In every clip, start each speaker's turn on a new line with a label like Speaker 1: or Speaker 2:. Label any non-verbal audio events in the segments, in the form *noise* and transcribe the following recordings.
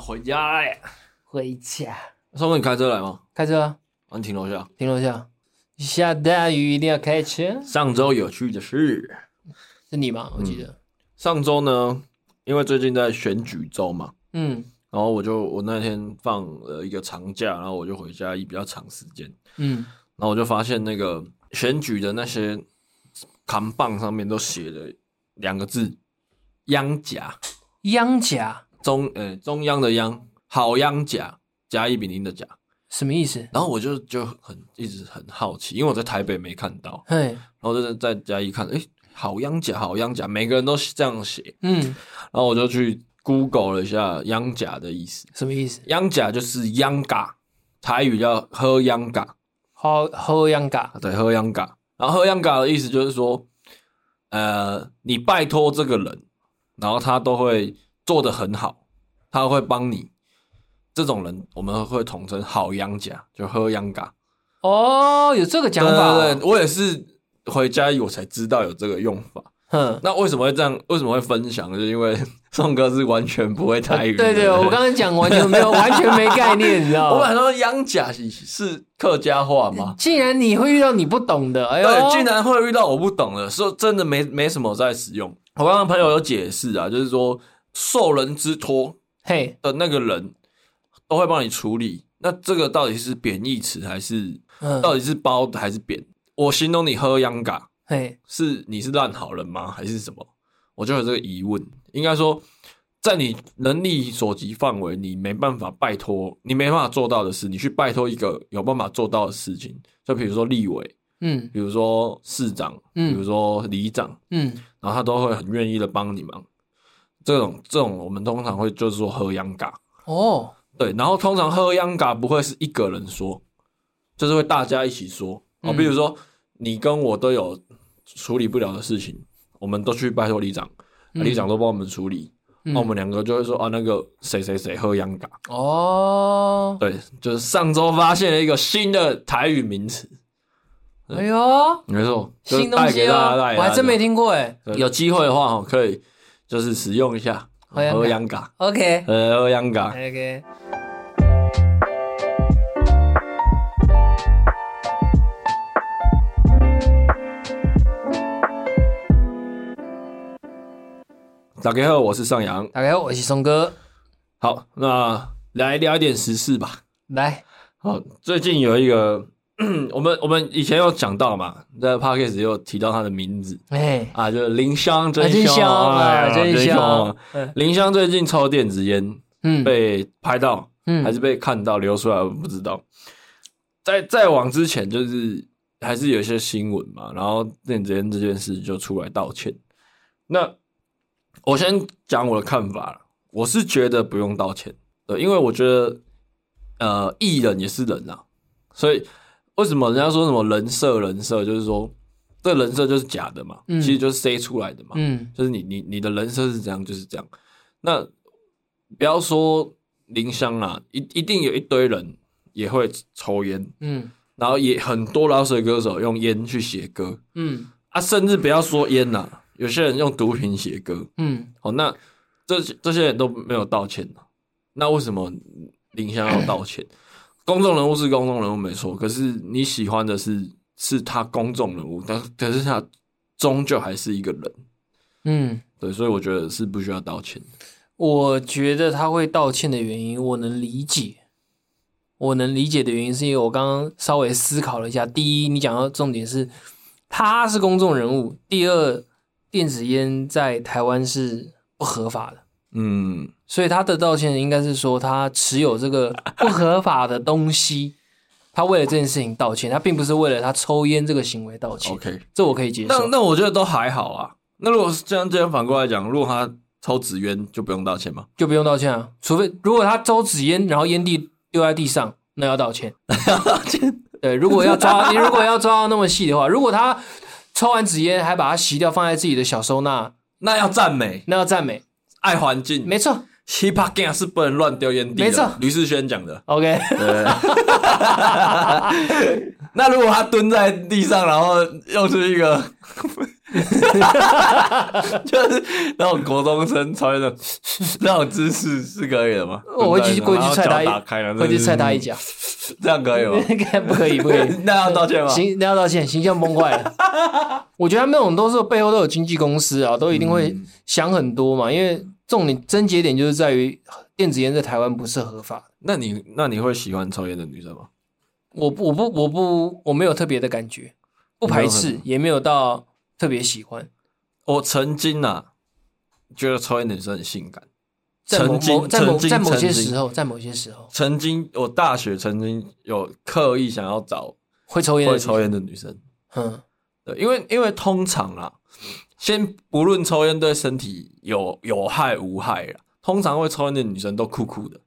Speaker 1: 回家嘞。
Speaker 2: 回家，
Speaker 1: 上面你开车来吗？
Speaker 2: 开车啊，
Speaker 1: 啊，你停楼下。
Speaker 2: 停楼下。下大雨一定要开车，
Speaker 1: 上周有趣的事，
Speaker 2: 是你吗？我记得，
Speaker 1: 上周呢，因为最近在选举周嘛，
Speaker 2: 嗯
Speaker 1: 然后我就我那天放了一个长假，然后我就回家一比较长时间，
Speaker 2: 嗯
Speaker 1: 然后我就发现那个选举的那些扛棒上面都写了两个字“央甲
Speaker 2: 央甲”，
Speaker 1: 中呃中央的央，好央甲，甲乙丙丁的甲。
Speaker 2: 什么意思？
Speaker 1: 然后我就就很一直很好奇，因为我在台北没看到，
Speaker 2: 嘿，
Speaker 1: 然后就是在家一看，诶，好央甲，好央甲，每个人都这样写，
Speaker 2: 嗯，
Speaker 1: 然后我就去 Google 了一下央甲的意思，
Speaker 2: 什么意思？
Speaker 1: 央甲就是央嘎，台语叫喝央嘎，
Speaker 2: 好好央甲
Speaker 1: 啊，对，喝央嘎。然后喝央嘎的意思就是说，呃，你拜托这个人，然后他都会做得很好，他会帮你。这种人我们会统称好央甲，就喝央嘎。
Speaker 2: 哦，有这个讲法
Speaker 1: 对对
Speaker 2: 哦，
Speaker 1: 对，我也是回家我才知道有这个用法。
Speaker 2: 哼，
Speaker 1: *laughs* 那为什么会这样？为什么会分享？就是因为 *laughs* 宋哥是完全不会台语的、
Speaker 2: 对对，我刚刚讲完全没有，完全没概念，你知道
Speaker 1: *laughs* 我本
Speaker 2: 吗？
Speaker 1: 来说央甲是是客家话吗？
Speaker 2: 竟然你会遇到你不懂的，嗯哎呦，
Speaker 1: 对，竟然会遇到我不懂的，说真的没没什么在使用。我刚刚朋友有解释啊，就是说受人之托
Speaker 2: 嘿，
Speaker 1: 的那个人都会帮你处理。那这个到底是贬义词还是
Speaker 2: 嗯，
Speaker 1: 到底是褒还是贬？我形容你喝央嘎，
Speaker 2: 嘿，
Speaker 1: 是你是烂好人吗，还是什么？我就有这个疑问。应该说，在你能力所及范围，你没办法拜托，你没办法做到的事，你去拜托一个有办法做到的事情，就比如说立委，
Speaker 2: 嗯
Speaker 1: 比如说市长，
Speaker 2: 嗯
Speaker 1: 比如说里长，
Speaker 2: 嗯，
Speaker 1: 然后他都会很愿意的帮你忙。这种这种，我们通常会就是说喝央嘎，
Speaker 2: 哦，
Speaker 1: 对，然后通常喝央嘎不会是一个人说，就是会大家一起说哦。
Speaker 2: 嗯
Speaker 1: 比如说你跟我都有处理不了的事情，我们都去拜托里长，啊
Speaker 2: 嗯
Speaker 1: 里长都帮我们处理，那、
Speaker 2: 嗯
Speaker 1: 我们两个就会说啊，那个谁谁谁喝央嘎。
Speaker 2: 哦，
Speaker 1: 对，就是上周发现了一个新的台语名词，
Speaker 2: 哎呦，
Speaker 1: 没错，就是
Speaker 2: 新东
Speaker 1: 带
Speaker 2: 西
Speaker 1: 给大家，
Speaker 2: 哦
Speaker 1: 带，给
Speaker 2: 我
Speaker 1: 大
Speaker 2: 还
Speaker 1: 家
Speaker 2: 真没听过哎。
Speaker 1: 对有机会的话哦，可以就是使用一下
Speaker 2: 喝央嘎
Speaker 1: 喝央嘎，
Speaker 2: OK
Speaker 1: 呃，喝央嘎。
Speaker 2: OK，
Speaker 1: 打给后，我是尚阳。
Speaker 2: 大家好，我是松哥，
Speaker 1: 好，那来聊一点时事吧。
Speaker 2: 来，
Speaker 1: 好，最近有一个， *clears throat* 我们我们以前有讲到嘛，在 podcast 也有提到他的名字
Speaker 2: 哎，
Speaker 1: 啊，就是林湘真
Speaker 2: 啊真
Speaker 1: 香
Speaker 2: 香啊
Speaker 1: 哎
Speaker 2: 真
Speaker 1: 真
Speaker 2: 香
Speaker 1: 香
Speaker 2: 嗯
Speaker 1: 林湘最近抽电子烟
Speaker 2: 嗯，
Speaker 1: 被拍到，
Speaker 2: 嗯
Speaker 1: 还是被看到流出来，我不知道。在再往之前，就是还是有一些新闻嘛，然后电子烟这件事就出来道歉。那我先讲我的看法啦，我是觉得不用道歉，对，因为我觉得呃，艺人也是人啊，所以为什么人家说什么人设人设，就是说这人设就是假的嘛，
Speaker 2: 嗯
Speaker 1: 其实就是塞出来的嘛，
Speaker 2: 嗯
Speaker 1: 就是你你你的人设是这样，就是这样。那不要说林香啊，一一定有一堆人也会抽烟，
Speaker 2: 嗯
Speaker 1: 然后也很多饶舌歌手用烟去写歌
Speaker 2: 嗯
Speaker 1: 啊，甚至不要说烟啦、有些人用毒品写歌。
Speaker 2: 嗯，
Speaker 1: 哦，那这些这些人都没有道歉啊那为什么林香要道歉？ *coughs* 公众人物是公众人物没错，可是你喜欢的是是他公众人物，但可是他终究还是一个人。
Speaker 2: 嗯，
Speaker 1: 对，所以我觉得是不需要道歉的。
Speaker 2: 我觉得他会道歉的原因，我能理解。我能理解的原因是因为我刚刚稍微思考了一下，第一，你讲到重点是他是公众人物；第二，电子烟在台湾是不合法的。
Speaker 1: 嗯，
Speaker 2: 所以他的道歉应该是说他持有这
Speaker 1: *laughs*
Speaker 2: 个不合法的东西，他为了这件事情道歉，他并不是为了他抽烟这个行为道歉。
Speaker 1: OK，
Speaker 2: 这我可以接
Speaker 1: 那
Speaker 2: 受。
Speaker 1: 那我觉得都还好啊。那如果是这样，这样反过来讲，如果他抽纸烟，就不用道歉吗？
Speaker 2: 就不用道歉啊，除非如果他抽纸烟，然后烟蒂丢在地上，那要道
Speaker 1: *laughs*
Speaker 2: 歉。对，如果要抓，你如果要抓到那么细的话，如果他抽完纸烟还把它洗掉放在自己的小收纳，
Speaker 1: 那要赞美，
Speaker 2: 那要赞美。
Speaker 1: 爱环境。
Speaker 2: 没错
Speaker 1: hip hop gang 是不能乱丢烟蒂的。
Speaker 2: 没错
Speaker 1: 吕世轩讲
Speaker 2: *laughs*
Speaker 1: 的。
Speaker 2: ，OK，
Speaker 1: *laughs* 那如果他蹲在地上，然后用出一个 *laughs* 就是那种国中生穿那种那种姿势是可以的吗？
Speaker 2: 我会去过去踹他
Speaker 1: 然后脚打开了，
Speaker 2: 一，会去踹他一
Speaker 1: 脚， *laughs*
Speaker 2: 脚， *laughs*
Speaker 1: 这样可以吗？
Speaker 2: 不可以，不可以。
Speaker 1: *laughs* 那要道
Speaker 2: *laughs*
Speaker 1: 歉吗？
Speaker 2: 形那要道歉，形象崩坏了。 *laughs* 我觉得他们那种都是背后都有经纪公司啊，都一定会
Speaker 1: 嗯
Speaker 2: 想很多嘛。因为重点症结点就是在于电子烟在台湾不是合法的。
Speaker 1: 那你那你会喜欢抽烟的女生吗？
Speaker 2: 我不我不我不我没有特别的感觉，不排
Speaker 1: 没有
Speaker 2: 斥，也没有到特别喜欢。
Speaker 1: 我曾经啊，觉得抽烟的女生很性感。
Speaker 2: 在某
Speaker 1: 曾经
Speaker 2: 某在某
Speaker 1: 曾经
Speaker 2: 在某些
Speaker 1: 曾经
Speaker 2: 时候，在某些时候
Speaker 1: 曾经我大学曾经有刻意想要找
Speaker 2: 会抽烟的
Speaker 1: 会
Speaker 2: 人，
Speaker 1: 抽烟的女生，
Speaker 2: 嗯，
Speaker 1: 对，因为因为通常啦，先不论抽烟对身体有有害无害啦，通常会抽烟的女生都酷酷的，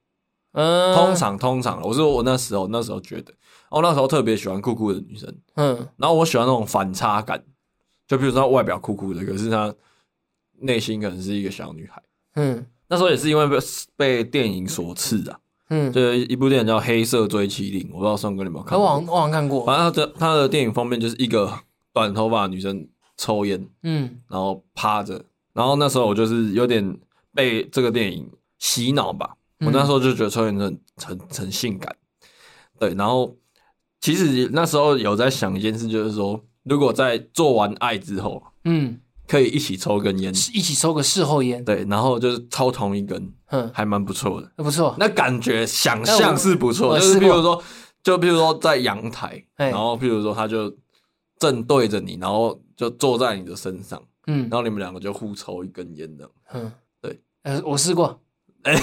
Speaker 2: 嗯，
Speaker 1: 通常通常啦，啊我说我那时候那时候觉得，我那时候特别喜欢酷酷的女生，
Speaker 2: 嗯
Speaker 1: 然后我喜欢那种反差感，就比如说她外表酷酷的，可是她内心可能是一个小女孩。
Speaker 2: 嗯
Speaker 1: 那时候也是因为被被电影所刺啊，
Speaker 2: 嗯，
Speaker 1: 就是一部电影叫《黑色追妻令》，我不知道宋哥你有没有
Speaker 2: 可
Speaker 1: 看
Speaker 2: 我
Speaker 1: 过。
Speaker 2: 好像我好像看过，
Speaker 1: 反正他的他的电影封面就是一个短头发的女生抽烟，
Speaker 2: 嗯
Speaker 1: 然后趴着。然后那时候我就是有点被这个电影洗脑吧，
Speaker 2: 嗯
Speaker 1: 我那时候就觉得抽烟很很很性感。对，然后其实那时候有在想一件事，就是说，如果在做完爱之后，
Speaker 2: 嗯，
Speaker 1: 可以一起抽根烟，
Speaker 2: 一起抽个事后烟，
Speaker 1: 对，然后就是抽同一根，
Speaker 2: 嗯，
Speaker 1: 还蛮不错的。
Speaker 2: 不错，
Speaker 1: 那感觉想象是不
Speaker 2: 我
Speaker 1: 错，
Speaker 2: 我
Speaker 1: 就是
Speaker 2: 试
Speaker 1: 比
Speaker 2: 过
Speaker 1: 如说，就比如说在阳台，
Speaker 2: 哎
Speaker 1: 然后譬如说他就正对着你，然后就坐在你的身上，
Speaker 2: 嗯
Speaker 1: 然后你们两个就互抽一根烟这样，
Speaker 2: 嗯，
Speaker 1: 对，
Speaker 2: 呃，我
Speaker 1: *laughs*
Speaker 2: 试过， *laughs*
Speaker 1: 这样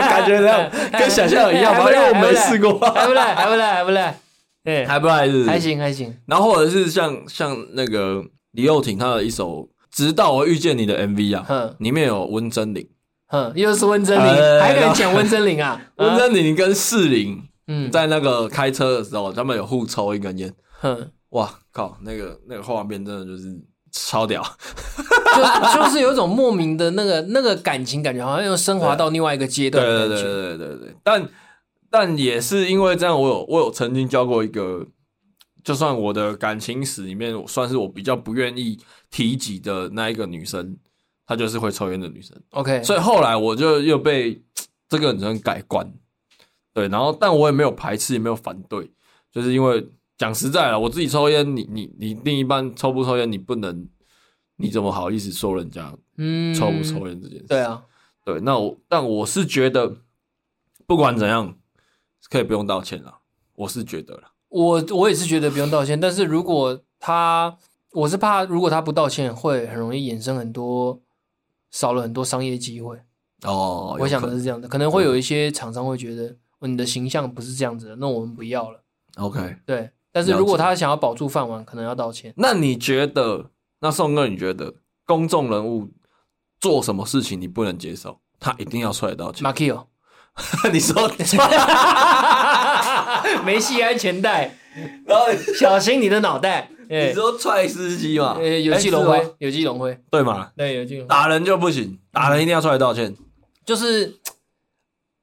Speaker 1: 感觉这样跟想象一样吧，因为我没试过，
Speaker 2: *laughs* 还不赖，还不赖，还不赖，对，
Speaker 1: 还不赖是不是
Speaker 2: 还。行还行，
Speaker 1: 然后或者是像像那个李幼廷他的一首《直到我遇见你》的 MV 啊，
Speaker 2: 哼
Speaker 1: 里面有温真菱，
Speaker 2: 哼，又是温真
Speaker 1: 哎
Speaker 2: 菱，还敢讲温真菱啊？
Speaker 1: *laughs* 温
Speaker 2: 啊
Speaker 1: 真菱跟世林
Speaker 2: 嗯，
Speaker 1: 在那个开车的时候，他们有互抽一根烟。
Speaker 2: 哼，
Speaker 1: 哇靠，那个那个画面真的就是超
Speaker 2: *laughs*
Speaker 1: 屌，
Speaker 2: 就就是有一种莫名的那个那个感情，感觉好像又升华到另外一个阶
Speaker 1: 对
Speaker 2: 段
Speaker 1: 对
Speaker 2: 的感
Speaker 1: 对
Speaker 2: 觉，
Speaker 1: 对对对对，但但也是因为这样，我有我有曾经交过一个，就算我的感情史里面算是我比较不愿意提及的那一个女生，她就是会抽烟的女生，
Speaker 2: ，OK，
Speaker 1: 所以后来我就又被这个女生改观，对，然后但我也没有排斥，也没有反对，就是因为讲实在了，我自己抽烟，你你你另一半抽不抽烟，你不能。你怎么好意思说人家
Speaker 2: 嗯，
Speaker 1: 抽不抽？烟这件事。
Speaker 2: 对啊，
Speaker 1: 对，那我但我是觉得，不管怎样，可以不用道歉了。我是觉得啦，
Speaker 2: 我我也是觉得不用道歉，但是如果他，我是怕如果他不道歉，会很容易衍生很多，少了很多商业机会。
Speaker 1: 哦
Speaker 2: 我想的是这样的，可嗯能会有一些厂商会觉得、哦、你的形象不是这样子的，那我们不要了。
Speaker 1: OK。
Speaker 2: 对，但是如果他想要保住饭碗，可能要道歉。
Speaker 1: 那你觉得，那宋哥，你觉得公众人物做什么事情你不能接受，他一定要出来道歉？
Speaker 2: 马 k *laughs* o
Speaker 1: 你说，
Speaker 2: 没系安全带，
Speaker 1: *laughs* 然后
Speaker 2: *laughs* 小心你的脑袋。
Speaker 1: 你
Speaker 2: 哎、
Speaker 1: 说踹司机嘛？
Speaker 2: 呃，有
Speaker 1: 哎
Speaker 2: 记龙，
Speaker 1: 是
Speaker 2: 辉
Speaker 1: 吗，
Speaker 2: 有记龙辉，
Speaker 1: 对嘛？
Speaker 2: 对，有记龙辉，
Speaker 1: 打人就不行，打人一定要出来道歉。
Speaker 2: 就是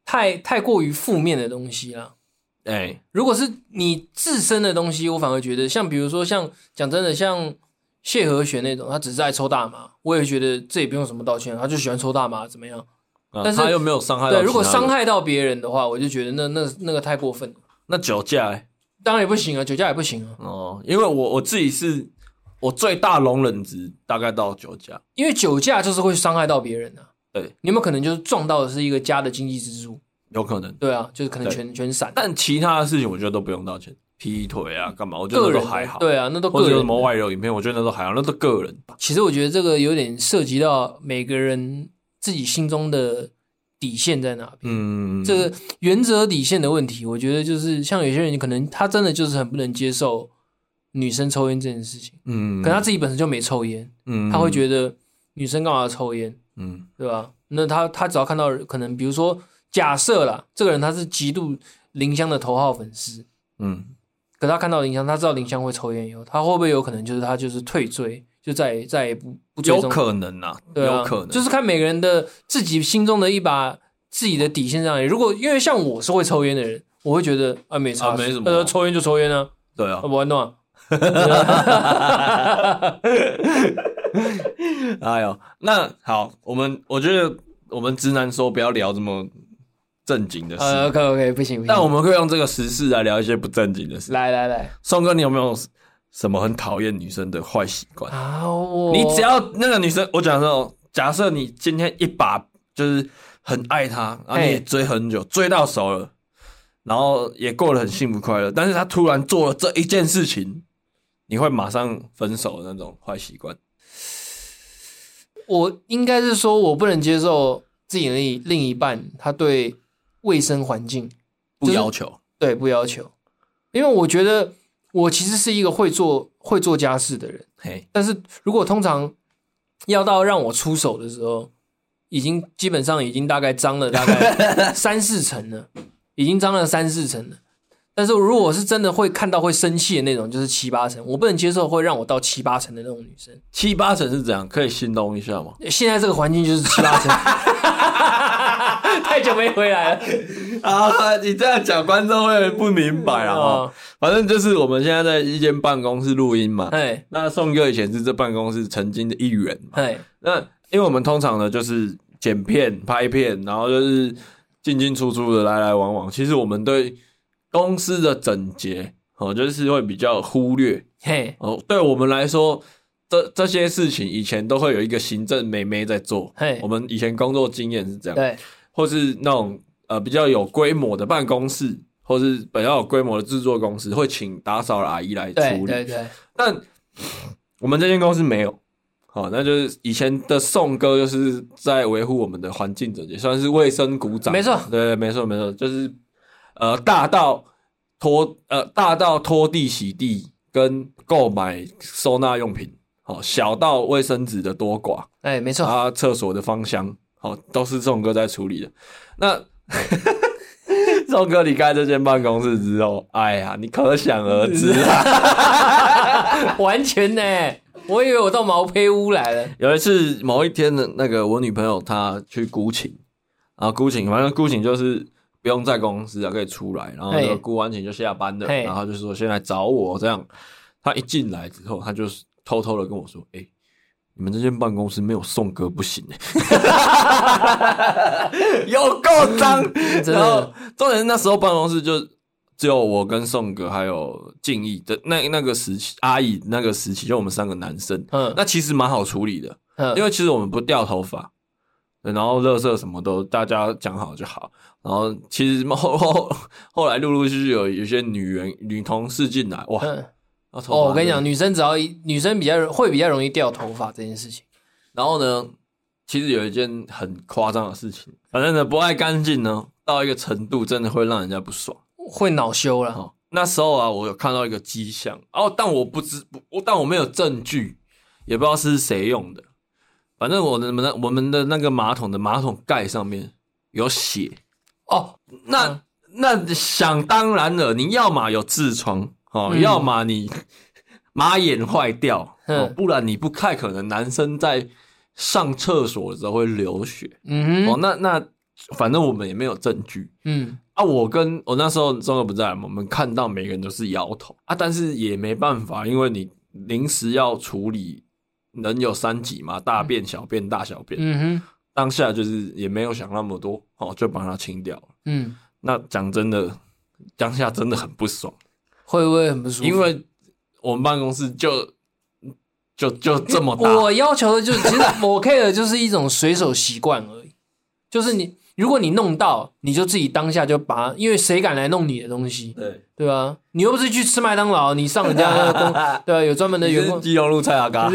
Speaker 2: 太太过于负面的东西啦。
Speaker 1: 哎，
Speaker 2: 如果是你自身的东西，我反而觉得，像比如说像讲真的，像谢和弦那种，他只是爱抽大麻，我也觉得这也不用什么道歉，他就喜欢抽大麻，怎么样？
Speaker 1: 啊
Speaker 2: 但是
Speaker 1: 他又没有伤害到
Speaker 2: 对，如果
Speaker 1: 其他人
Speaker 2: 伤，害到别人的话，我就觉得那那那个太过分了，
Speaker 1: 那酒驾欸
Speaker 2: 当然也不行啊，酒驾也不行啊，
Speaker 1: 哦，因为我我自己是我最大容忍值大概到酒驾，
Speaker 2: 因为酒驾就是会伤害到别人啊。
Speaker 1: 对，
Speaker 2: 你有没有可能就是撞到的是一个家的经济支柱？
Speaker 1: 有可能。
Speaker 2: 对啊，就是可能
Speaker 1: 对
Speaker 2: 全全闪，
Speaker 1: 但其他的事情我觉得都不用道歉，劈腿啊干嘛，我觉得
Speaker 2: 个
Speaker 1: 那
Speaker 2: 人
Speaker 1: 都
Speaker 2: 的
Speaker 1: 还好。，
Speaker 2: 对啊，那都
Speaker 1: 或
Speaker 2: 个
Speaker 1: 者有
Speaker 2: 人
Speaker 1: 什么
Speaker 2: 的。
Speaker 1: 外流影片，我觉得那都还好，那都个人。
Speaker 2: 其实我觉得这个有点涉及到每个人自己心中的底线在哪边。
Speaker 1: 嗯，
Speaker 2: 这个原则底线的问题，我觉得就是像有些人可能他真的就是很不能接受女生抽烟这件事情，
Speaker 1: 嗯，
Speaker 2: 可能他自己本身就没抽烟，
Speaker 1: 嗯
Speaker 2: 他会觉得女生干嘛要抽烟，
Speaker 1: 嗯
Speaker 2: 对吧？那他他只要看到可能比如说假设啦，这个人他是极度林香的头号粉丝，
Speaker 1: 嗯
Speaker 2: 可他看到林香，他知道林香会抽烟以后，他会不会有可能就是他就是退追，就再也再也不不追
Speaker 1: 有
Speaker 2: 踪
Speaker 1: 可能啊，
Speaker 2: 对啊，
Speaker 1: 有可能
Speaker 2: 就是看每个人的自己心中的一把自己的底线在哪里。如果因为像我是会抽烟的人，我会觉得啊没差，
Speaker 1: 啊没什么
Speaker 2: 呃抽烟就抽烟啊，
Speaker 1: 对啊
Speaker 2: 啊，不玩弄啊，
Speaker 1: *laughs* 哎呦，那好，我们我觉得我们直男说不要聊这么正经的事，
Speaker 2: 呃，OK OK，不行不行。
Speaker 1: 但我们会用这个时事来聊一些不正经的事。
Speaker 2: 来来来
Speaker 1: 宋哥，你有没有什么很讨厌女生的坏习惯？
Speaker 2: 啊，我
Speaker 1: 你只要那个女生，我讲说，假设你今天一把就是很爱她，然后你
Speaker 2: 嘿
Speaker 1: 也追很久，追到手了，然后也过得很幸福快乐，但是她突然做了这一件事情，你会马上分手的那种坏习惯。
Speaker 2: 我应该是说我不能接受自己的另另一半他对卫生环境
Speaker 1: 不
Speaker 2: 就是
Speaker 1: 要求，
Speaker 2: 对不要求，因为我觉得我其实是一个会做会做家事的人，
Speaker 1: 嘿，
Speaker 2: 但是如果通常要到让我出手的时候，已经基本上已经大概脏了大概三四成了，已经脏了三四成了。但是如果是真的会看到会生气的那种，就是七八成，我不能接受会让我到七八成的那种女生。
Speaker 1: 七八成是怎样？可以形容一下吗？
Speaker 2: 现在这个环境就是七八成， *laughs* 太久没回来了。
Speaker 1: *laughs* 啊，你这样讲观众会不明白啊！哦
Speaker 2: 哦，
Speaker 1: 反正就是我们现在在一间办公室录音嘛。
Speaker 2: 哎
Speaker 1: 那宋哥以前是这办公室曾经的一员嘛。
Speaker 2: 哎，
Speaker 1: 那因为我们通常呢就是剪片、拍片，然后就是进进出出的来来往往。其实我们对公司的整洁哦，就是会比较忽略
Speaker 2: 嘿
Speaker 1: 哦。对我们来说，这这些事情以前都会有一个行政妹妹在做
Speaker 2: 嘿。
Speaker 1: 我们以前工作经验是这样。
Speaker 2: 对，
Speaker 1: 或是那种呃比较有规模的办公室，或是比较有规模的制作公司，会请打扫的阿姨来
Speaker 2: 对
Speaker 1: 处
Speaker 2: 对
Speaker 1: 理。
Speaker 2: 对，
Speaker 1: 但我们这间公司没有，好、那就是以前的宋哥就是在维护我们的环境整洁，算是卫生鼓掌。
Speaker 2: 没错
Speaker 1: 对对，没错没错，就是呃大到拖呃大到拖地、洗地跟购买收纳用品，好、小到卫生纸的多寡，
Speaker 2: 哎，没错，
Speaker 1: 啊，厕所的芳香，好、都是宋哥在处理的。那 *laughs* 宋哥离开这间办公室之后，哎呀，你可想而知啊。
Speaker 2: *laughs* 完全呢、我以为我到毛坯屋来了。
Speaker 1: 有一次某一天的那个我女朋友她去姑请，啊姑请，反正姑请就是不用在公司啊，可以出来，然后那个
Speaker 2: 嘿
Speaker 1: 姑完请就下班了，
Speaker 2: 嘿
Speaker 1: 然后就说先来找我这样。她一进来之后，她就是偷偷的跟我说：“哎、你们这间办公室没有宋哥不
Speaker 2: *laughs*
Speaker 1: 行、欸， *laughs* 有够脏。”
Speaker 2: *laughs* 真的
Speaker 1: 然后重点是那时候办公室就只有我跟宋哥还有静怡的那那个时期，阿姨那个时期就我们三个男生，
Speaker 2: 嗯
Speaker 1: 那其实蛮好处理的，
Speaker 2: 嗯，
Speaker 1: 因为其实我们不掉头发，对然后垃圾什么都大家讲好就好。然后其实后 *laughs* 后后来陆陆续续有有些女人女同事进来，哇，
Speaker 2: 嗯，
Speaker 1: 那头发
Speaker 2: 哦，我跟你讲，
Speaker 1: 真的，
Speaker 2: 女生只要一女生比较会比较容易掉头发这件事情，
Speaker 1: 然后呢，其实有一件很夸张的事情，反正呢不爱干净呢，到一个程度真的会让人家不爽。
Speaker 2: 会恼羞了。
Speaker 1: 哦，那时候啊，我有看到一个迹象哦，但我不知不，我但我没有证据，也不知道是谁用的。反正我的我们的我们的那个马桶的马桶盖上面有血，
Speaker 2: 哦，
Speaker 1: 那、
Speaker 2: 嗯
Speaker 1: 那想当然了，你要么有痔疮哦，
Speaker 2: 嗯
Speaker 1: 要么你马眼坏掉、哦，
Speaker 2: 嗯
Speaker 1: 不然你不太可能男生在上厕所的时候会流血、
Speaker 2: 嗯
Speaker 1: 哦
Speaker 2: 哼，。
Speaker 1: 那那反正我们也没有证据，
Speaker 2: 嗯，
Speaker 1: 啊，我跟我那时候中哥不在嘛，我们看到每个人都是摇头啊，但是也没办法，因为你临时要处理，人有三级嘛，大便、小便、大小便，
Speaker 2: 嗯哼，
Speaker 1: 当下就是也没有想那么多，哦，就把它清掉了。
Speaker 2: 嗯，
Speaker 1: 那讲真的，当下真的很不爽，
Speaker 2: 会不会很不舒服？
Speaker 1: 因为我们办公室就就就这么大，
Speaker 2: 我要求的就是，其实我 care 的就是一种随手习惯而已，就是你如果你弄到，你就自己当下就把它，因为谁敢来弄你的东西， *laughs*
Speaker 1: 对，
Speaker 2: 对吧、你又不是去吃麦当劳，你上人家
Speaker 1: *laughs*
Speaker 2: 的工，对啊，有专门的
Speaker 1: 你
Speaker 2: 员
Speaker 1: 是
Speaker 2: 工。
Speaker 1: 基隆路蔡阿嘎。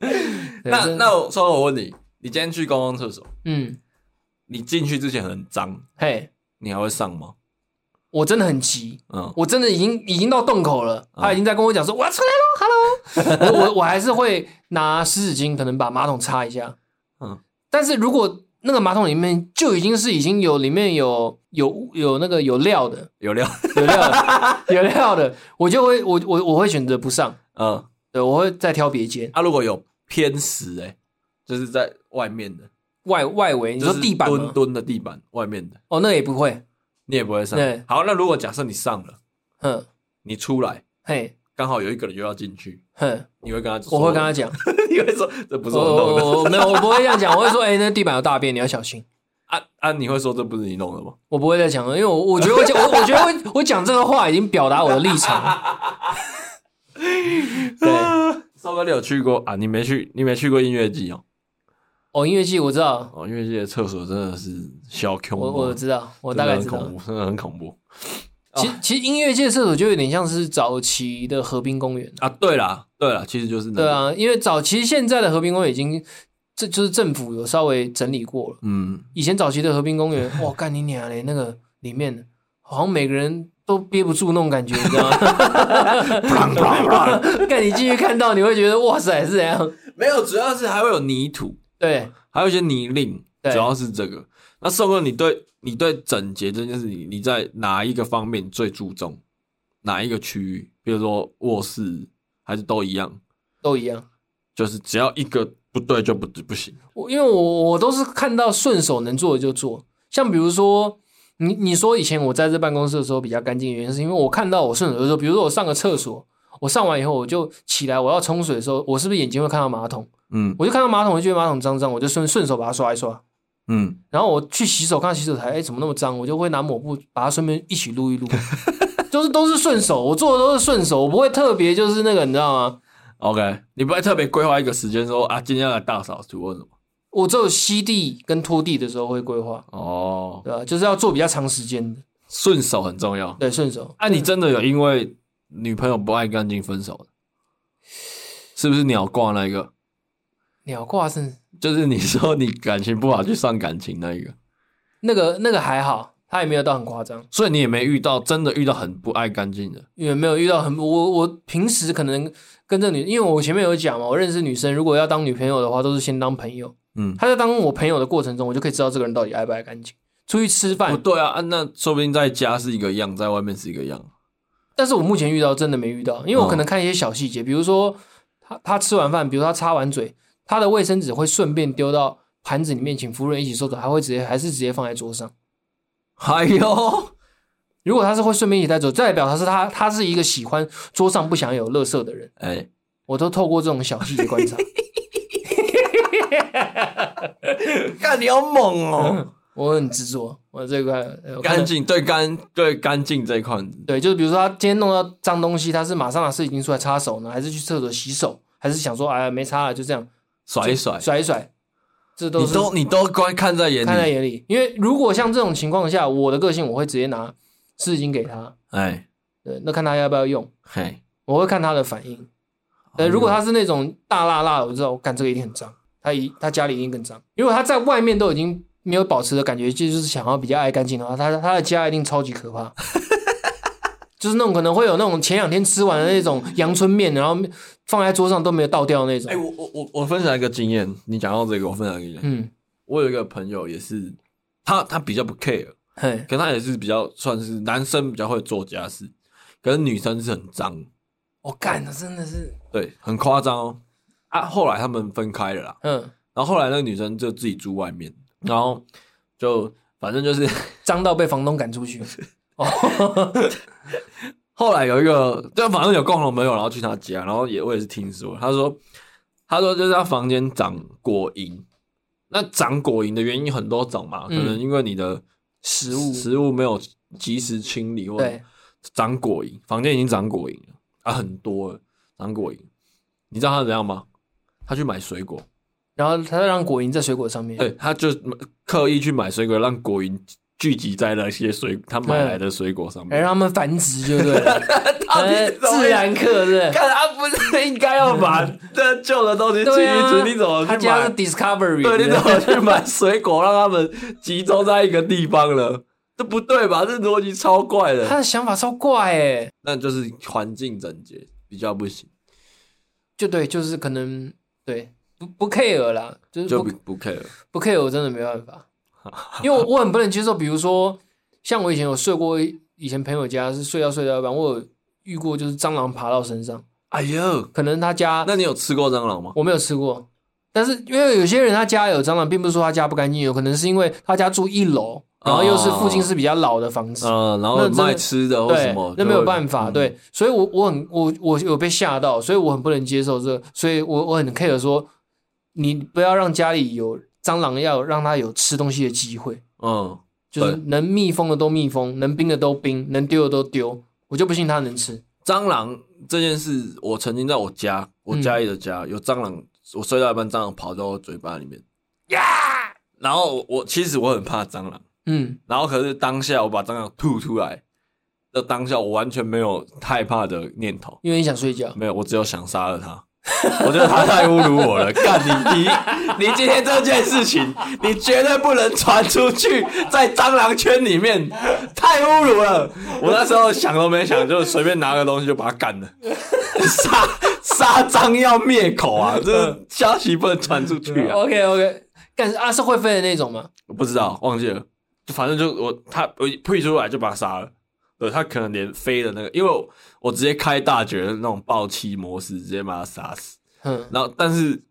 Speaker 2: 对
Speaker 1: 那
Speaker 2: 这
Speaker 1: 那我说，我问你，你今天去公共厕所，
Speaker 2: 嗯，
Speaker 1: 你进去之前很脏，
Speaker 2: 嘿，
Speaker 1: 你还会上吗？
Speaker 2: 我真的很急，
Speaker 1: 嗯，
Speaker 2: 我真的已经已经到洞口了，他已经在跟我讲说我要出来喽，Hello，我我我还是会拿湿纸巾，可能把马桶擦一下，
Speaker 1: 嗯
Speaker 2: 嗯，但是如果那个马桶里面就已经是已经有里面有有有那个有料的
Speaker 1: 有料，
Speaker 2: *laughs* 有料的有料的，我就会我我我会选择不上，
Speaker 1: *laughs* 嗯，
Speaker 2: 对，我会再挑别间
Speaker 1: 啊，如果有偏食、欸，就是在外面的，
Speaker 2: 外外围，你说
Speaker 1: 就是
Speaker 2: 地板
Speaker 1: 蹲
Speaker 2: 吗？
Speaker 1: 蹲的地板外面的，
Speaker 2: 哦，那个也不会，
Speaker 1: 你也不会上
Speaker 2: 对。
Speaker 1: 好，那如果假设你上了，
Speaker 2: 嗯，
Speaker 1: 你出来，
Speaker 2: 嘿，
Speaker 1: 刚好有一个人又要进去，
Speaker 2: 哼，
Speaker 1: 你会跟他说，
Speaker 2: 我会跟他哦讲，
Speaker 1: 你会说这不是我弄
Speaker 2: 我
Speaker 1: 的
Speaker 2: 我我没有，我不会这样讲，我会说，哎、那地板有大便，你要小心。
Speaker 1: 啊啊，你会说这不是你弄的吗？
Speaker 2: 我不会再讲了，因为我我觉得我讲我我觉得我我讲这个话已经表达我的立场了。对，
Speaker 1: *laughs* 上班你有去过啊？你没去，你没去过音乐季哦。
Speaker 2: 哦，音乐季我知道，
Speaker 1: 哦，音乐季的厕所真的是小恐怖，
Speaker 2: 我我知道，我
Speaker 1: 我
Speaker 2: 大概知道
Speaker 1: 恐。怖，啊真的很恐怖
Speaker 2: 其实其实音乐界的厕所就有点像是早期的河滨公园，
Speaker 1: 啊！对啦，对啦，其实就是那个
Speaker 2: 对，啊，因为早期现在的河滨公园已经这就是政府有稍微整理过了。 *laughs*
Speaker 1: 嗯，
Speaker 2: 以前早期的河滨公园，哇，干你娘嘞！那个里面好像每个人都憋不住那种感觉，你知道吗？ *laughs* 干你进去看到，你会觉得哇塞是怎样？
Speaker 1: 没有，主要是还会有泥土，
Speaker 2: 对
Speaker 1: 还有一些泥泞，
Speaker 2: 对
Speaker 1: 主要是这个。那宋哥，你对你对整洁这件事，你你在哪一个方面最注重？哪一个区域？比如说卧室，还是都一样？
Speaker 2: 都一样。
Speaker 1: 就是只要一个不对就不不行。
Speaker 2: 我因为我我都是看到顺手能做的就做，像比如说你你说以前我在这办公室的时候比较干净，原因是因为我看到我顺手就做，比如说我上个厕所，我上完以后我就起来我要冲水的时候，我是不是眼睛会看到马桶？
Speaker 1: 嗯
Speaker 2: 我就看到马桶，我就觉得马桶脏脏，我就顺顺手把它刷一刷。
Speaker 1: 嗯，
Speaker 2: 然后我去洗手，看到洗手台，哎，怎么那么脏？我就会拿抹布把它顺便一起撸一撸，就是都是顺手，我做的都是顺手，我不会特别就是那个，你知道吗？
Speaker 1: OK，你不会特别规划一个时间说啊，今天要来大扫除或什么？
Speaker 2: 我只有吸地跟拖地的时候会规划，
Speaker 1: 哦，
Speaker 2: 对吧？就是要做比较长时间的，
Speaker 1: 顺手很重要。
Speaker 2: 对，顺手。
Speaker 1: 啊，你真的有因为女朋友不爱干净分手的？是不是鸟挂那一个？
Speaker 2: 鸟挂是
Speaker 1: 就是你说你感情不好去上感情那一个，
Speaker 2: 那个那个还好，他也没有到很夸张，
Speaker 1: 所以你也没遇到真的遇到很不爱干净的。
Speaker 2: 也没有遇到很我我平时可能跟这女，因为我前面有讲嘛，我认识女生如果要当女朋友的话，都是先当朋友。
Speaker 1: 嗯，
Speaker 2: 她在当我朋友的过程中，我就可以知道这个人到底爱不爱干净。出去吃
Speaker 1: 不
Speaker 2: 饭，
Speaker 1: 对啊，啊那说不定在家是一个样，在外面是一个样。
Speaker 2: 但是我目前遇到真的没遇到，因为我可能
Speaker 1: 哦
Speaker 2: 看一些小细节，比如说她她吃完饭，比如她擦完嘴，她的卫生纸会顺便丢到盘子里面，请服务员一起收走，还会直接还是直接放在桌上。
Speaker 1: 哎呦，
Speaker 2: 如果他是会顺便一起带走，这代表他是他他是一个喜欢桌上不想有垃圾的人。
Speaker 1: 哎、
Speaker 2: 我都透过这种小细
Speaker 1: *laughs*
Speaker 2: 节观察，
Speaker 1: 干你好猛
Speaker 2: *laughs*
Speaker 1: 哦！
Speaker 2: 我很执着，我这个呃我看
Speaker 1: 干
Speaker 2: 到
Speaker 1: 净对干对干净这一块，
Speaker 2: 对，就是比如说他今天弄到脏东西，他是马上拿湿纸巾出来擦手呢，还是去厕所洗手，还是想说哎呀没擦了就这样
Speaker 1: 甩一甩，
Speaker 2: 甩一甩，这都
Speaker 1: 哎你
Speaker 2: 是
Speaker 1: 都你都观看在眼
Speaker 2: 看在
Speaker 1: 里。
Speaker 2: 眼里。因为如果像这种情况下，我的个性我会直接拿湿纸巾给他，
Speaker 1: 哎
Speaker 2: 对，那看他要不要用，
Speaker 1: 嘿，
Speaker 2: 我会看他的反应。呃，如果他是那种大辣辣的，我知道我干这个一定很脏，他一他家里一定更脏。如果他在外面都已经没有保持的感觉，就是想要比较爱干净的话，他他的家一定超级可怕， *laughs* 就是那种可能会有那种前两天吃完的那种阳春面，然后放在桌上都没有倒掉的那种
Speaker 1: 哎、。我我我我分享一个经验，你讲到这个，我分享一个。
Speaker 2: 嗯，
Speaker 1: 我有一个朋友也是，他他比较不 care，
Speaker 2: 嘿，
Speaker 1: 可他也是比较算是男生比较会做家事，可是女生是很脏，
Speaker 2: 我干的真的是，
Speaker 1: 对，很夸张哦。啊，后来他们分开了啦，
Speaker 2: 嗯，
Speaker 1: 然后后来那个女生就自己住外面，然后就反正就是 *laughs*
Speaker 2: 脏到被房东赶出去。
Speaker 1: 后来有一个，就反正有共同朋友，然后去他家，然后也我也是听说，他说他说就是他房间长果蝇，那长果蝇的原因很多种嘛，可
Speaker 2: 嗯
Speaker 1: 能因为你的
Speaker 2: 食物
Speaker 1: 食物没有及时清理，或者
Speaker 2: 对，
Speaker 1: 长果蝇，房间已经长果蝇了啊，很多了，长果蝇。你知道他怎样吗？他去买水果，
Speaker 2: 然后他让果蝇在水果上面。
Speaker 1: 对，他就刻意去买水果，让果蝇聚集在那些水他买来的水果上
Speaker 2: 哎，
Speaker 1: 面。
Speaker 2: 让他们繁殖就对 *laughs* 了，
Speaker 1: 到底
Speaker 2: 哎
Speaker 1: 是啊怎么
Speaker 2: 自然课是不是？
Speaker 1: 看啊他不是应该要
Speaker 2: *laughs*
Speaker 1: 把这旧的 *laughs* 东西清
Speaker 2: 对
Speaker 1: 一
Speaker 2: 啊，
Speaker 1: 除？你怎么
Speaker 2: 他
Speaker 1: 去
Speaker 2: 家是
Speaker 1: 买？
Speaker 2: Discovery，
Speaker 1: 对，你
Speaker 2: 的
Speaker 1: 怎么去买水果让他们集中在一个地方了？这不对吧？这逻辑超怪
Speaker 2: *laughs* 他
Speaker 1: 的。
Speaker 2: 的想法超怪哎，
Speaker 1: 那就是环境整洁比较不行，
Speaker 2: 就对，就是可能对不不 care 啦，就是
Speaker 1: 就
Speaker 2: 不
Speaker 1: 不不 care。
Speaker 2: 不 care 我真的没
Speaker 1: *laughs*
Speaker 2: 办法，因为我我很不能接受，比如说像我以前有睡过，以前朋友家是睡到睡到一半，我有遇过就是蟑螂爬到身上，
Speaker 1: 哎呦，
Speaker 2: 可能他家
Speaker 1: 那你有吃过蟑螂吗？
Speaker 2: 我没有吃过，但是因为有些人他家有蟑螂，并不是说他家不干净，有可能是因为他家住一楼，然后又是附
Speaker 1: 哦
Speaker 2: 近是比较老的房子，
Speaker 1: 嗯，然后
Speaker 2: 那真的
Speaker 1: 卖吃的或什
Speaker 2: 对
Speaker 1: 么，，
Speaker 2: 那
Speaker 1: 就
Speaker 2: 没有
Speaker 1: 会嗯
Speaker 2: 办法，对，所以我我很我我有被吓到，所以我很不能接受这，所以我我很 care 说，你不要让家里有蟑螂，要让它有吃东西的机会，
Speaker 1: 嗯，
Speaker 2: 就是
Speaker 1: 对
Speaker 2: 能密封的都密封，能冰的都冰，能丢的都丢，我就不信它能吃。
Speaker 1: 蟑螂这件事，我曾经在我家，我家里的家、有蟑螂，我睡到一半，蟑螂跑到我嘴巴里面，呀！然后我我其实我很怕蟑螂，
Speaker 2: 嗯，
Speaker 1: 然后可是当下我把蟑螂吐出来的当下，我完全没有害怕的念头，
Speaker 2: 因为你想睡觉，
Speaker 1: *laughs* 没有，我只有想杀了它。我觉得他太侮辱我了，干你你你今天这件事情，你绝对不能传出去，在蟑螂圈里面太侮辱了。我那时候想都没想，就随便拿个东西就把它干了，杀杀蟑要灭口啊！这消息不能传出去啊！
Speaker 2: OK OK，但是啊是会飞的那种嘛，
Speaker 1: 我不知道，忘记了，反正就我他我一退出来就把他杀了。对他可能连飞的那个，因为我我直接开大绝的那种暴气模式，直接把他杀死。
Speaker 2: 嗯，
Speaker 1: 然后，但是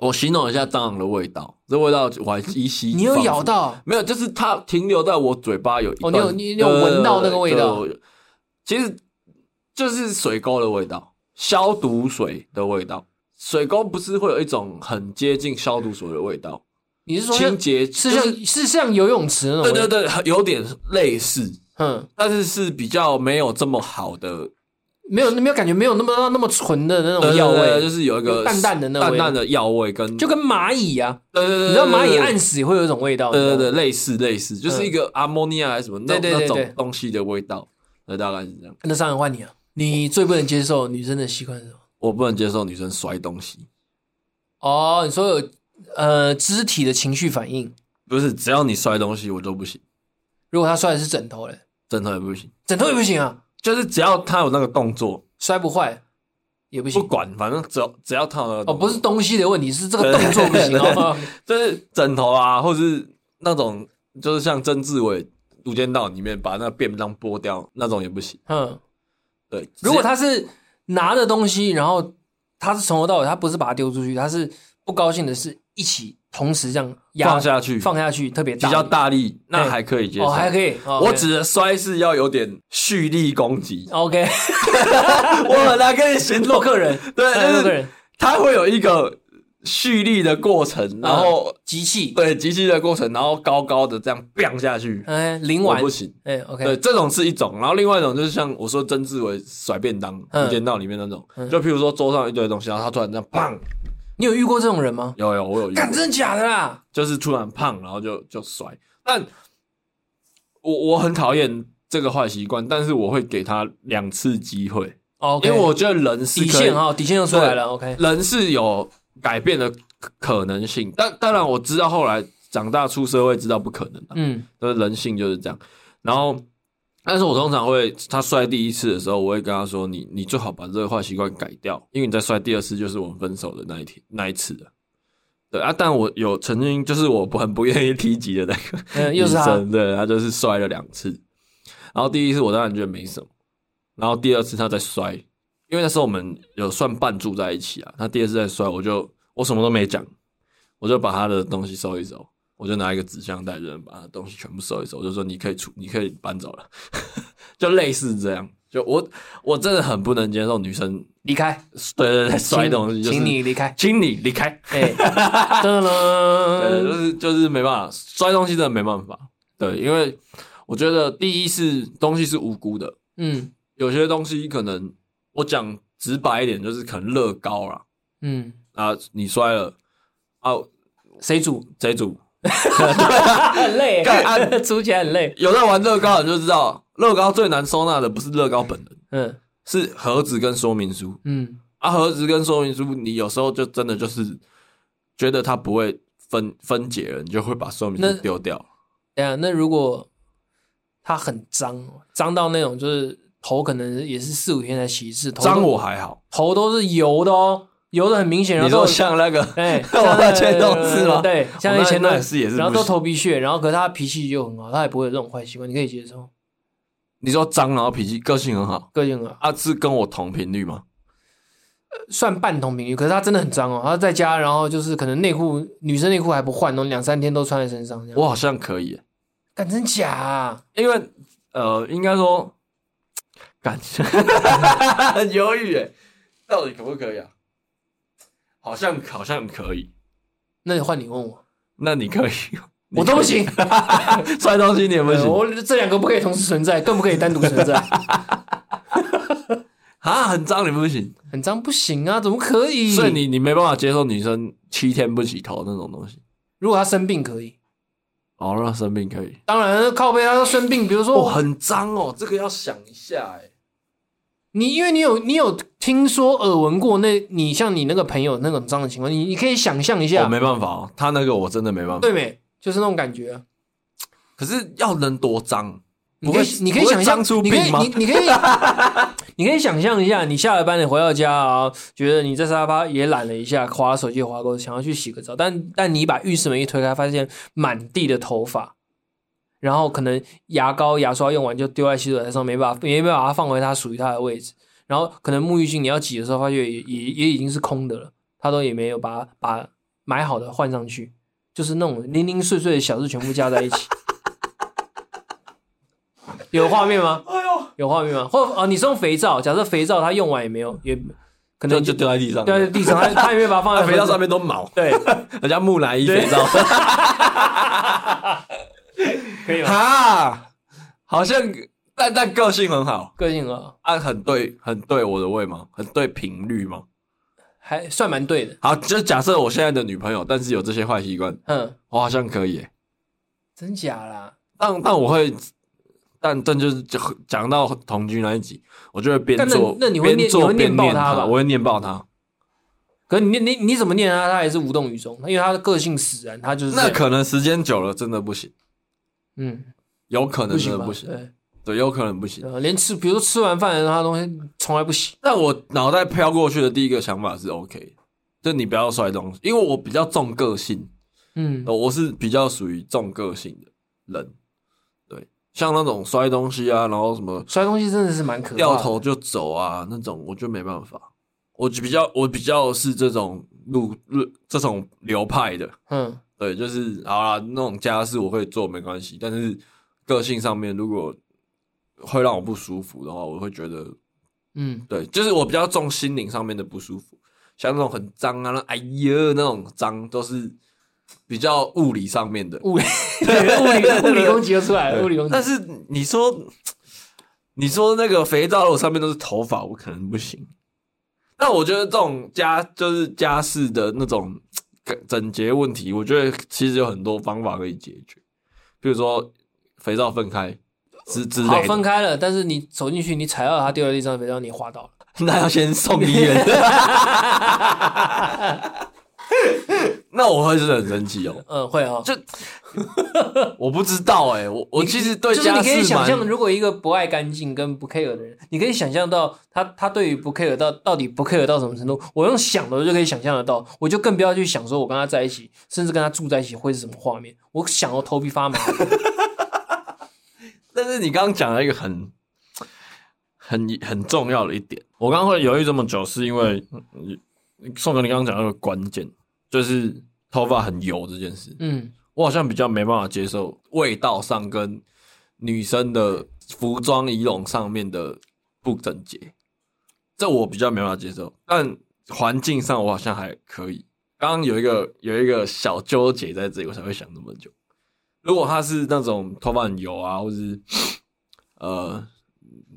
Speaker 1: 我形容一下蟑螂的味道，这味道我还依稀
Speaker 2: *laughs* 你有
Speaker 1: 仿佛
Speaker 2: 咬？到，
Speaker 1: 没有，就是它停留在我嘴巴有一
Speaker 2: 哦
Speaker 1: 段
Speaker 2: 你有你你有闻到那个味道？
Speaker 1: 对对对对其实就是水沟的味道，消毒水的味道。水沟不是会有一种很接近消毒水的味道，
Speaker 2: 你是说
Speaker 1: 清
Speaker 2: 像
Speaker 1: 洁
Speaker 2: 是
Speaker 1: 就
Speaker 2: 像
Speaker 1: 是
Speaker 2: 是像游泳池那种？
Speaker 1: 对对，对，有点类似，
Speaker 2: 嗯，
Speaker 1: 但是是比较没有这么好的
Speaker 2: 没有没有感觉，没有那么那么纯的那种药
Speaker 1: 对对对
Speaker 2: 味
Speaker 1: 就。是有一个
Speaker 2: 有淡淡的那
Speaker 1: 淡
Speaker 2: 味
Speaker 1: 淡的药味跟
Speaker 2: 就跟蚂蚁啊，
Speaker 1: 对对对，
Speaker 2: 你知道蚂蚁
Speaker 1: 按。
Speaker 2: 按死也会有一种味道，你知
Speaker 1: 对
Speaker 2: 道吗
Speaker 1: 对对，，类似类似，就是一个阿莫尼亚还是什么那
Speaker 2: 哦嗯对对对
Speaker 1: 那
Speaker 2: 对
Speaker 1: 种东西的味道，那大概是这样。
Speaker 2: 那上来换你啊，你最不能接受女生的习惯是什么？
Speaker 1: 我不能接受女生摔东西，
Speaker 2: 哦，你说有呃肢体的情绪反应，
Speaker 1: 不是只要你摔东西我都不行，
Speaker 2: 如果他摔的是枕头嘞，
Speaker 1: 枕头也不行，
Speaker 2: 枕头也不行啊，
Speaker 1: 就是只要她有那个动作，
Speaker 2: 摔不坏也不
Speaker 1: 不
Speaker 2: 行。
Speaker 1: 管反正只要只要她有那个
Speaker 2: 哦，
Speaker 1: 动作
Speaker 2: 不是东西的问题，是这个动作不行
Speaker 1: 对对对
Speaker 2: *laughs* 哦。
Speaker 1: 就是枕头啊，或是那种就是像曾志伟《无间道》里面把那个便当剥掉那种也不行。
Speaker 2: 嗯，
Speaker 1: 对，
Speaker 2: 如果他是拿着东西，然后他是从头到尾，他不是把它丢出去，他是不高兴的是一起同时这样压
Speaker 1: 放下去
Speaker 2: 放下去，特别
Speaker 1: 比
Speaker 2: 大
Speaker 1: 较大力，那
Speaker 2: 对
Speaker 1: 还可以接受，
Speaker 2: 哦，还可
Speaker 1: 以。
Speaker 2: 以。
Speaker 1: 我指的摔是要有点蓄力攻击，
Speaker 2: *laughs* OK
Speaker 1: *laughs* 我很难跟你形容
Speaker 2: 洛克 *laughs* 人，
Speaker 1: *laughs* 对，就
Speaker 2: 哎洛克
Speaker 1: 是
Speaker 2: 人
Speaker 1: 它会有一个蓄力的过程，然后、
Speaker 2: 机器，
Speaker 1: 对集气的过程，然后高高的这样 bang 下去，
Speaker 2: 哎，灵
Speaker 1: 我
Speaker 2: 丸
Speaker 1: 不行。
Speaker 2: 哎，OK，
Speaker 1: 对，这种是一种，然后另外一种就是像我说曾志伟甩便当《
Speaker 2: 嗯
Speaker 1: 无间道》里面那种，就譬如说桌上有一堆东西，然后他突然这样砰，
Speaker 2: 你有遇过这种人吗？
Speaker 1: 有有我有遇过
Speaker 2: 干，真的假的啦？
Speaker 1: 就是突然胖，然后就就甩。但我我很讨厌这个坏习惯，但是我会给他两次机会，
Speaker 2: 哦，
Speaker 1: 因为我觉得人是
Speaker 2: 底
Speaker 1: 可以
Speaker 2: 线哈，底线又出来了。OK，
Speaker 1: 人是有改变的可可能性，但当然我知道后来长大出社会知道不可能的、
Speaker 2: 嗯
Speaker 1: 就是人性就是这样。然后，但是我通常会他摔第一次的时候，我会跟他说：“你你最好把这个坏习惯改掉，因为你再摔第二次就是我们分手的那一天那一次了。”对啊，但我有曾经就是我不很不愿意提及的那个，
Speaker 2: 嗯，又是
Speaker 1: 女
Speaker 2: 他
Speaker 1: 生，对，他就是摔了两次。然后第一次我当然觉得没什么，然后第二次他再摔，因为那时候我们有算半住在一起啊。他第二次再摔，我就我什么都没讲，我就把他的东西收一收，我就拿一个纸箱袋，就把他的东西全部收一收，我就说你可以出，你可以搬走了， *laughs* 就类似这样。就我我真的很不能接受女生
Speaker 2: 离开，
Speaker 1: 对对对摔
Speaker 2: 请
Speaker 1: 东西，就是
Speaker 2: 请你离开。
Speaker 1: 请你离开，
Speaker 2: 哎，
Speaker 1: *laughs*
Speaker 2: 噔
Speaker 1: 对，就
Speaker 2: 噔，
Speaker 1: 是就是没办法，摔东西真的没办法。
Speaker 2: 嗯
Speaker 1: 对，因为我觉得第一是东西是无辜的，
Speaker 2: 嗯
Speaker 1: 有些东西可能我讲直白一点，就是可能乐高啦， *laughs*
Speaker 2: 嗯，
Speaker 1: 啊，你摔了啊，
Speaker 2: 谁煮？
Speaker 1: 谁煮？
Speaker 2: 很累，
Speaker 1: 啊
Speaker 2: *laughs* 煮起来很累。
Speaker 1: 有在玩乐高的就知道，乐高最难收纳的不是乐高本人，
Speaker 2: 嗯
Speaker 1: 是盒子跟说明书
Speaker 2: 嗯，
Speaker 1: 啊，盒子跟说明书，你有时候就真的就是觉得它不会分分解了，你就会把说明
Speaker 2: 那
Speaker 1: 书丢掉。
Speaker 2: 对啊，那如果他很脏，脏到那种就是头可能也是四五天才洗一次，头都
Speaker 1: 脏我还好，
Speaker 2: 头都是油的哦，油的很明显。然
Speaker 1: 你说
Speaker 2: 后都
Speaker 1: 像那
Speaker 2: *laughs*
Speaker 1: 个。
Speaker 2: 哎，
Speaker 1: 我的前同事吗
Speaker 2: 对，像
Speaker 1: 我
Speaker 2: 以
Speaker 1: 那
Speaker 2: 前
Speaker 1: 那
Speaker 2: 都
Speaker 1: 也是也是
Speaker 2: 然后
Speaker 1: 不
Speaker 2: 都
Speaker 1: 行
Speaker 2: 头皮屑，然后可是他脾气就很好，他也不会有这种坏习惯，你可以接受，
Speaker 1: 你说脏，然后脾气个性很好
Speaker 2: 个性很好，
Speaker 1: 啊，是跟我同频率吗？
Speaker 2: 算半同频率，可是他真的很脏哦，他在家，然后就是可能内裤，女生内裤还不换哦，两三天都穿在身上这样，
Speaker 1: 我好像可以耶，
Speaker 2: 敢真假、啊？
Speaker 1: 因为呃，应该说，感觉很犹豫哎，到底可不可以啊？好像好像可以，
Speaker 2: 那你换你问我，
Speaker 1: 那你可以， *laughs*
Speaker 2: 我 *laughs* 都不行，
Speaker 1: 摔东西你也不行
Speaker 2: 我这两个不可以同时存在，更不可以单独存 *laughs* 在，
Speaker 1: 啊，很脏你不行，
Speaker 2: 很脏不行啊，怎么可以？
Speaker 1: 所以你你没办法接受女生七天不洗头那种东西。
Speaker 2: 如果他生病可以，
Speaker 1: 哦，让生病可以。
Speaker 2: 当然靠背他说生病，比如说、
Speaker 1: 哦，很脏哦，这个要想一下哎。
Speaker 2: 你因为你有你有听说耳闻过那，你像你那个朋友那种脏的情况，你你可以想象一
Speaker 1: 我
Speaker 2: 下，
Speaker 1: 没办法哦，他那个我真的没办法。
Speaker 2: 对没？就是那种感觉、啊。
Speaker 1: 可是要能多脏？
Speaker 2: 你可以
Speaker 1: 不会
Speaker 2: 你可以
Speaker 1: 不会
Speaker 2: 想象
Speaker 1: 脏出
Speaker 2: 你可以
Speaker 1: 病吗
Speaker 2: 你你可
Speaker 1: *laughs*
Speaker 2: 以你可以想象一下，你下了班你回到家啊，觉得你在沙发也懒了一下，划手机划过，想要去洗个澡，但但你把浴室门一推开，发现满地的头发，然后可能牙膏牙刷用完就丢在洗手台上，没办法没办法把它放回它属于它的位置，然后可能沐浴巾你要挤的时候，发现也也也已经是空的了，它都也没有把把买好的换上去，就是那种零零碎碎的小事全部加在
Speaker 1: *laughs*
Speaker 2: 一起。有画面吗？
Speaker 1: 哎呦，
Speaker 2: 有画面吗？或啊、你是用肥皂，假设肥皂它用完也没有，也可
Speaker 1: 就
Speaker 2: 能
Speaker 1: 嗯就丢在地上。
Speaker 2: 掉在地上，它它也没有把它放
Speaker 1: 啊，
Speaker 2: 在
Speaker 1: *laughs* 肥皂
Speaker 2: 盒子
Speaker 1: 上。面都毛，
Speaker 2: 啊对，
Speaker 1: *laughs* 人家木乃伊肥皂。
Speaker 2: 可
Speaker 1: *laughs*
Speaker 2: 以吗？
Speaker 1: 哈，好像但但个性很好
Speaker 2: 个性啊，
Speaker 1: 啊，很对，很对我的胃吗？很对频率吗？
Speaker 2: 还算蛮对的。
Speaker 1: 好，就假设我现在的女朋友，但是有这些坏习惯，
Speaker 2: 嗯，
Speaker 1: 我好像可以耶。
Speaker 2: 真假啦？
Speaker 1: 但但我会，但但就是讲到同居那一集，我就会边
Speaker 2: 但那
Speaker 1: 做，
Speaker 2: 那你会
Speaker 1: 边
Speaker 2: 念你
Speaker 1: 做
Speaker 2: 会念
Speaker 1: 边
Speaker 2: 爆
Speaker 1: 念
Speaker 2: 他
Speaker 1: 他
Speaker 2: 吧
Speaker 1: 我会念爆他。
Speaker 2: 可是你你你怎么念他，他也是无动于衷，因为他的个性使然，他就是这
Speaker 1: 那
Speaker 2: 样
Speaker 1: 可能时间久了真的不行，
Speaker 2: 嗯
Speaker 1: 有可能真
Speaker 2: 不行
Speaker 1: 的
Speaker 2: 吧
Speaker 1: 不行，
Speaker 2: 对
Speaker 1: 对，有可能不行。
Speaker 2: 对啊连吃，比如说吃完饭然后他东西从来不洗。
Speaker 1: 但我脑袋飘过去的第一个想法是 OK，的就你不要摔东西，因为我比较重个性，
Speaker 2: 嗯，
Speaker 1: 我是比较属于重个性的人，对，像那种摔东西啊，然后什么
Speaker 2: 摔东西真的是蛮可怕的。
Speaker 1: 掉头就走啊那种，我就没办法。我比较我比较是这种路路这种流派的，
Speaker 2: 嗯，
Speaker 1: 对，就是好啦，那种家事我会做没关系，但是个性上面如果会让我不舒服的话，我会觉得 *laughs*
Speaker 2: 嗯
Speaker 1: 对，就是我比较重心灵上面的不舒服，像那种很脏啊，那哎呀那种脏都是比较物理上面的，
Speaker 2: 物理物理物理攻击就出来了，物理攻击。
Speaker 1: 但是你说，你说那个肥皂如果上面都是头发，我可能不行。但我觉得这种家就是家事的那种整洁问题，我觉得其实有很多方法可以解决，比如说肥皂分开之之
Speaker 2: 好
Speaker 1: 类
Speaker 2: 分
Speaker 1: 的，
Speaker 2: 开了，但是你走进去，你踩到它掉在地上，别让你滑倒了。 *laughs*
Speaker 1: 那要先送医院。 *laughs* 那我会真的很生气哦！
Speaker 2: 嗯，会哦。
Speaker 1: 就我不知道哎、我我其实对
Speaker 2: 就是
Speaker 1: 家
Speaker 2: 你可以
Speaker 1: 事
Speaker 2: 想
Speaker 1: 蛮
Speaker 2: 象，如果一个不爱干净跟不 care 的人，你可以想象到他他对于不 care 到到底不 care 到什么程度。我用想的就可以想象得到，我就更不要去想说我跟他在一起，甚至跟他住在一起会是什么画面。我想我头皮发 *laughs* 麻。
Speaker 1: 但是你刚刚讲了一个很很很重要的一点，我刚刚会犹豫这么久，是因为嗯宋哥你刚刚讲到一个关键，就是头发很油这件事，
Speaker 2: 嗯，
Speaker 1: 我好像比较没办法接受味道上跟女生的服装仪容上面的不整洁，这我比较没办法接受，但环境上我好像还可以。刚刚有一个有一个小纠结在这里，我才会想那么久。如果他是那种头发很油啊，或是呃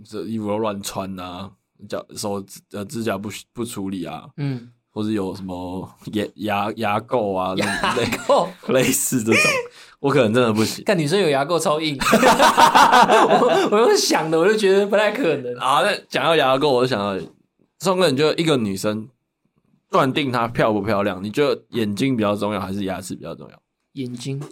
Speaker 1: 这衣服都乱穿啊，脚手指呃指甲不不处理啊，
Speaker 2: 嗯，
Speaker 1: 或是有什么牙牙牙垢啊那类
Speaker 2: 哦，
Speaker 1: *laughs* 类似这种，我可能真的不行。
Speaker 2: 看女生有 *laughs* 牙垢超硬，我我用想的，我就觉得不太可能。
Speaker 1: 啊，那讲到牙垢，我就想到宋哥，你觉得一个女生断定她漂不漂亮，你觉得眼睛比较重要还是牙齿比较重要？
Speaker 2: 眼睛，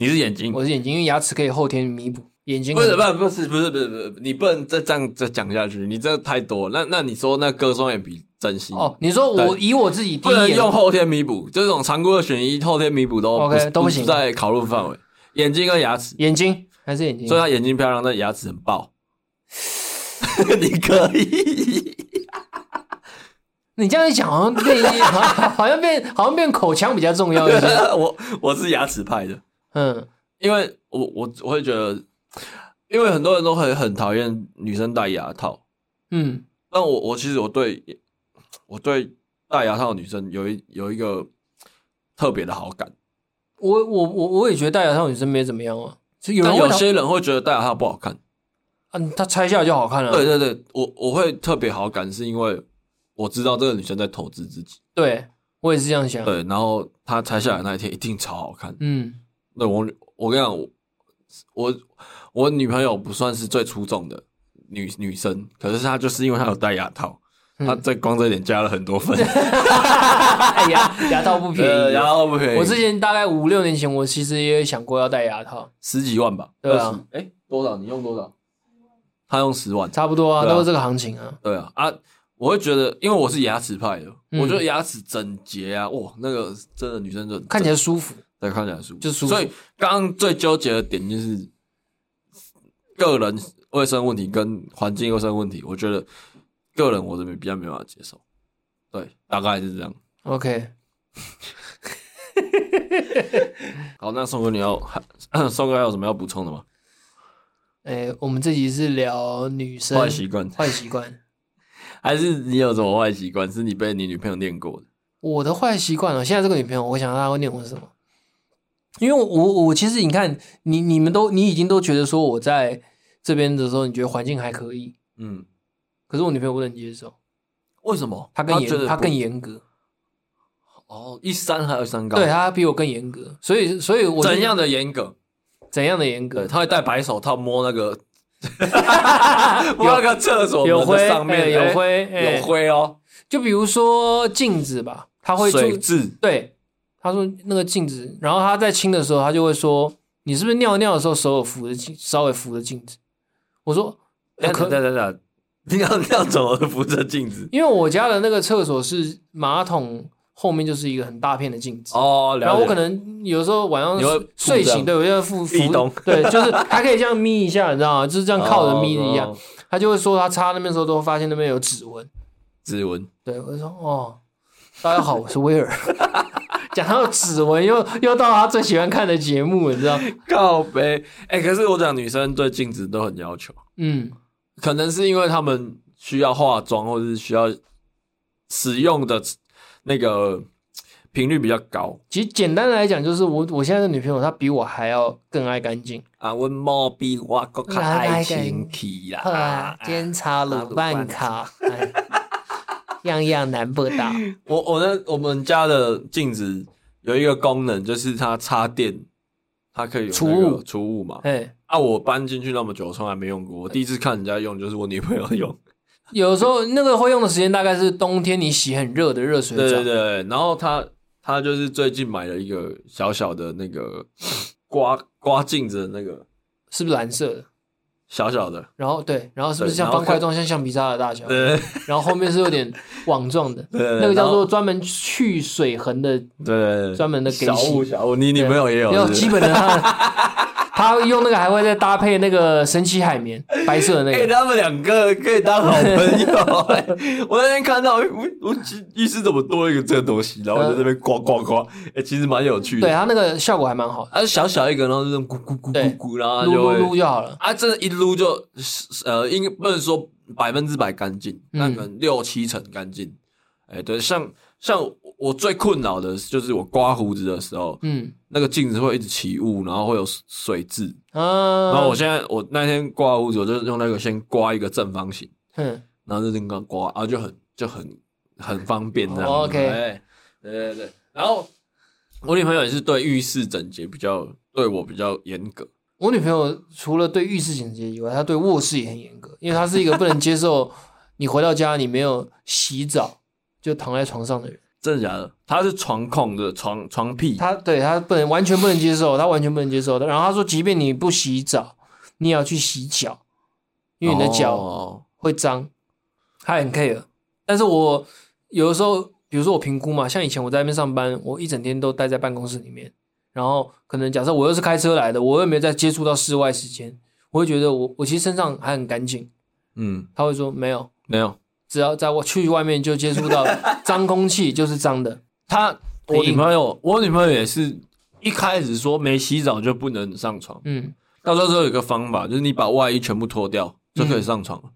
Speaker 1: 你是眼睛，
Speaker 2: 我是眼睛，因为牙齿可以后天弥补。眼睛
Speaker 1: 不是
Speaker 2: 可
Speaker 1: 不
Speaker 2: 能
Speaker 1: 是不是不是不是不是，你不能再这样再讲下去，你这太多了。那那你说那割双眼皮真心
Speaker 2: 哦，你说我
Speaker 1: 对
Speaker 2: 以我自己第
Speaker 1: 不
Speaker 2: 一
Speaker 1: 能
Speaker 2: 眼
Speaker 1: 用后天弥补，这种常规的选一后天弥补都
Speaker 2: OK，
Speaker 1: 不
Speaker 2: 都不行嗯
Speaker 1: 在考虑范围。眼睛跟牙齿，
Speaker 2: 眼睛还是眼睛
Speaker 1: 所以，她眼睛漂亮，但牙齿很爆。 *laughs* 你可以。
Speaker 2: 你这样一讲，好像变 *laughs*
Speaker 1: *laughs*
Speaker 2: 好像好像变好像变口腔比较重要一些。
Speaker 1: 我我是牙齿派的，
Speaker 2: 嗯，
Speaker 1: 因为我我我会觉得，因为很多人都很很讨厌女生戴牙套，
Speaker 2: 嗯
Speaker 1: 但我我其实我对我对戴牙套的女生有一有一个特别的好感，
Speaker 2: 我我我我也觉得戴牙套女生没怎么样啊，就有人
Speaker 1: 但
Speaker 2: 会
Speaker 1: 有
Speaker 2: 讨
Speaker 1: 些人会觉得戴牙套不好看。
Speaker 2: 啊，她拆下来就好看了。
Speaker 1: 对对对，我我会特别好感，是因为我知道这个女生在投资自己，
Speaker 2: 对我也是这样想。
Speaker 1: 对，然后她拆下来那一天一定超好看。 *laughs*
Speaker 2: 嗯
Speaker 1: 对我，我跟你讲，我我我女朋友不算是最出众的女女生，可是她就是因为她有戴牙套，
Speaker 2: 嗯
Speaker 1: 她在光这一点加了很多
Speaker 2: *laughs*
Speaker 1: 分，
Speaker 2: 哎牙牙套不便
Speaker 1: 呃，
Speaker 2: 宜。
Speaker 1: 然后不便宜，
Speaker 2: *laughs* 我之前大概五六年前，我其实也有想过要戴牙套，
Speaker 1: 十几万吧，
Speaker 2: 对啊
Speaker 1: 20，哎，多少？你用多少？她用十万，
Speaker 2: 差不多啊，
Speaker 1: 对啊
Speaker 2: 都是这个行情啊。
Speaker 1: 对啊啊！我会觉得，因为我是牙齿派的，
Speaker 2: 嗯
Speaker 1: 我觉得牙齿整洁啊，哇，那个真的女生就
Speaker 2: 看起来舒服，
Speaker 1: 对，看起来舒服，
Speaker 2: 就舒服
Speaker 1: 所以刚刚最纠结的点就是个人卫生问题跟环境卫生问题，我觉得个人我这边比较没办法接受。对，大概是这样。
Speaker 2: OK，
Speaker 1: 好，那宋哥你要宋哥还有什 *clears throat* 么要补充的吗？
Speaker 2: 哎、我们这集是聊女生
Speaker 1: 坏习惯
Speaker 2: 坏习惯。
Speaker 1: 还是你有什么坏习惯是你被你女朋友念过的？
Speaker 2: 我的坏习惯哦，现在这个女朋友，我想她会念我什么？因为我我我其实你看，你你们都你已经都觉得说我在这边的时候，你觉得环境还可以，
Speaker 1: 嗯，
Speaker 2: 可是我女朋友不能接受，
Speaker 1: 为什么？
Speaker 2: 她更
Speaker 1: 觉
Speaker 2: 严，
Speaker 1: 得
Speaker 2: 她
Speaker 1: 不
Speaker 2: 更严格，
Speaker 1: 哦，一三还有三高，
Speaker 2: 对，她比我更严格，所以所以我就
Speaker 1: 怎样的哎严格？
Speaker 2: 怎样的严格
Speaker 1: 对，？他会戴白手套摸那
Speaker 2: *laughs*
Speaker 1: 个摸那个厕所
Speaker 2: 有
Speaker 1: 门
Speaker 2: 灰，
Speaker 1: 的上面、
Speaker 2: 哎
Speaker 1: 哎
Speaker 2: 有灰，哎
Speaker 1: 有灰哦，
Speaker 2: 就比如说镜子吧，他会注
Speaker 1: 水渍。
Speaker 2: 对，他说那个镜子，然后他在清的时候，他就会说：“你是不是尿尿的时候手有扶着镜，稍微扶着镜子？”我说：“
Speaker 1: 等
Speaker 2: 呃
Speaker 1: 等
Speaker 2: 可
Speaker 1: 等等， *laughs* 你要你要怎么扶着镜子？
Speaker 2: 因为我家的那个厕所是马桶后面就是一个很大片的镜子。”
Speaker 1: 哦，
Speaker 2: 然
Speaker 1: 然
Speaker 2: 后
Speaker 1: 后
Speaker 2: 我
Speaker 1: 我
Speaker 2: 可
Speaker 1: 可能
Speaker 2: 能有时候晚上
Speaker 1: 你会扶
Speaker 2: 睡
Speaker 1: 这
Speaker 2: 醒，
Speaker 1: 样
Speaker 2: 对我就会扶扶
Speaker 1: 壁咚，
Speaker 2: 对，就是 *laughs* 还可以这样眯一下，你知道吗？就是这样靠着眯一下
Speaker 1: 哦，
Speaker 2: 他就会说他擦那边的时候都会发现那边有指纹，
Speaker 1: 指纹，
Speaker 2: 对，我就说哦，大家好，我是威尔。 *laughs* 讲到指纹，又又到他最喜欢看的节目，你知道？
Speaker 1: 靠背。哎、可是我讲女生对镜子都很要求，
Speaker 2: 嗯，
Speaker 1: 可能是因为她们需要化妆，或者是需要使用的那个频率比较高
Speaker 2: 其实简单来讲，就是我我现在的女朋友她比我还要更爱干净。
Speaker 1: 啊。我毛比我更较爱情气啦，
Speaker 2: 哎
Speaker 1: 啊
Speaker 2: 茶
Speaker 1: 卤蛋
Speaker 2: 卡，哎 *laughs* 样样难不 *laughs* 倒。
Speaker 1: 我我那我们家的镜子有一个功能，就是它插电，它可以有那个
Speaker 2: 储物
Speaker 1: 储物嘛。
Speaker 2: 哎，
Speaker 1: 啊，我搬进去那么久，我从来没用过。我第一次看人家用，就是我女朋友用。
Speaker 2: *laughs* 有时候那个会用的时间大概是冬天，你洗很热的热水澡。
Speaker 1: 对对对，然后她她就是最近买了一个小小的那个刮刮镜子的那个
Speaker 2: 是不是蓝色的？
Speaker 1: 小小的，
Speaker 2: 然后对，然后是不是
Speaker 1: 对
Speaker 2: 像
Speaker 1: 然后
Speaker 2: 方块
Speaker 1: 看
Speaker 2: 状，像橡皮擦的大小？
Speaker 1: 对对
Speaker 2: 然后后面是有点网状的，
Speaker 1: *laughs* 对对
Speaker 2: 那个叫
Speaker 1: 然
Speaker 2: 做
Speaker 1: 后
Speaker 2: 专门去水痕的，
Speaker 1: 对对对
Speaker 2: 专门的给
Speaker 1: 小
Speaker 2: 洗
Speaker 1: 物小物，你女朋友也有
Speaker 2: 然后
Speaker 1: 是不是
Speaker 2: 基本
Speaker 1: *laughs*
Speaker 2: 的它，它用那个还会再搭配那个神奇海绵，白色的
Speaker 1: 哎、
Speaker 2: 那个。
Speaker 1: 他们两个可以当好朋友、哎我那天看到，我我浴室怎么多一个这个东西，然后我在那边刮刮刮，哎、其实蛮有趣的。
Speaker 2: 对，它那个效果还蛮好的，
Speaker 1: 啊，小小一个，然后就这种咕咕咕咕咕，然后它
Speaker 2: 撸
Speaker 1: 就
Speaker 2: 撸撸
Speaker 1: 会
Speaker 2: 就好了。
Speaker 1: 啊，真的，一撸就呃，应该不能说百分之百干净，但可能六七成干净。哎、对，像像我我最困扰的就是我刮胡子的时候，
Speaker 2: 嗯
Speaker 1: 那个镜子会一直起雾，然后会有水渍。
Speaker 2: 啊，
Speaker 1: 然后我现在我那天刮胡子，我就用那个先刮一个正方形。
Speaker 2: 嗯
Speaker 1: 然后就这样刮，啊，就很就很很方便这样子。
Speaker 2: 哦，OK
Speaker 1: 哎对对对。然后我女朋友也是对浴室整洁比较对我比较严格，
Speaker 2: 我女朋友除了对浴室整洁以外，她对卧室也很严格，因为她是一个不能接受你回到家你没有洗澡就躺在床上的人，
Speaker 1: 真的假的？她是床控的床床屁，
Speaker 2: 她对她不能完全不能接受，她完全不能接受的。然后她说，即便你不洗澡，你也要去洗脚，因为你的脚
Speaker 1: 哦
Speaker 2: 会脏，他很 care。但是我有的时候，比如说我评估嘛，像以前我在那边上班，我一整天都待在办公室里面，然后可能假设我又是开车来的，我又没有在接触到室外时间，我会觉得我我其实身上还很干净。
Speaker 1: 嗯，
Speaker 2: 他会说没有，
Speaker 1: 没有。
Speaker 2: 只要在我去外面就接触到脏空气就是脏的。
Speaker 1: 她我女朋友，我女朋友也是一开始说没洗澡就不能上床，
Speaker 2: 嗯，
Speaker 1: 到时候有个方法，就是你把外衣全部脱掉就可以上床了，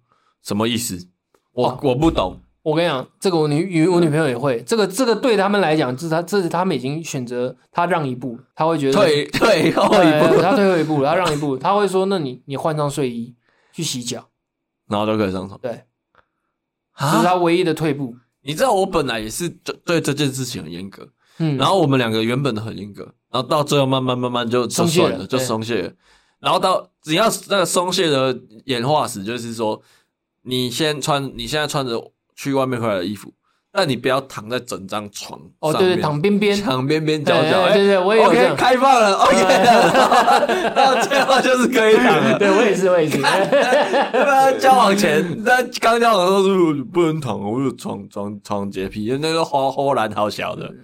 Speaker 1: 什么意思？我、
Speaker 2: 嗯哦
Speaker 1: 我不懂，
Speaker 2: 我跟你讲，这个我女我女朋友也会，这个这个对他们来讲，这是他这是他们已经选择他让一步，他会觉得
Speaker 1: 退退后
Speaker 2: *laughs* 对
Speaker 1: 一步，
Speaker 2: 他退后哦一步，他让一步，他会说：“那你你换上睡衣去洗脚。
Speaker 1: 然后就可以上床”。
Speaker 2: 对，这是
Speaker 1: 啊，
Speaker 2: 他唯一的退步。
Speaker 1: 你知道我本来也是对对这件事情很严格，
Speaker 2: 嗯，
Speaker 1: 然后我们两个原本很严格，然后到最后慢慢慢慢就就
Speaker 2: 松懈了
Speaker 1: 算了，就
Speaker 2: 对
Speaker 1: 松懈了。然后到只要那个松懈的演化史，就是说，你先穿你现在穿着去外面回来的衣服，但你不要躺在整张床
Speaker 2: 哦，
Speaker 1: 上
Speaker 2: 对
Speaker 1: 面，
Speaker 2: 对，躺边边， *laughs*
Speaker 1: 躺边边角角，
Speaker 2: 哎
Speaker 1: 哎
Speaker 2: 对对我也有这样
Speaker 1: OK，开放了，OK *laughs*
Speaker 2: *laughs*
Speaker 1: 了，到最后就是可以躺了。
Speaker 2: 对我也是，我也是。
Speaker 1: 对吧？交往前，那刚交往的时候是不不能躺，我有床床床洁癖，那个花花篮好小的。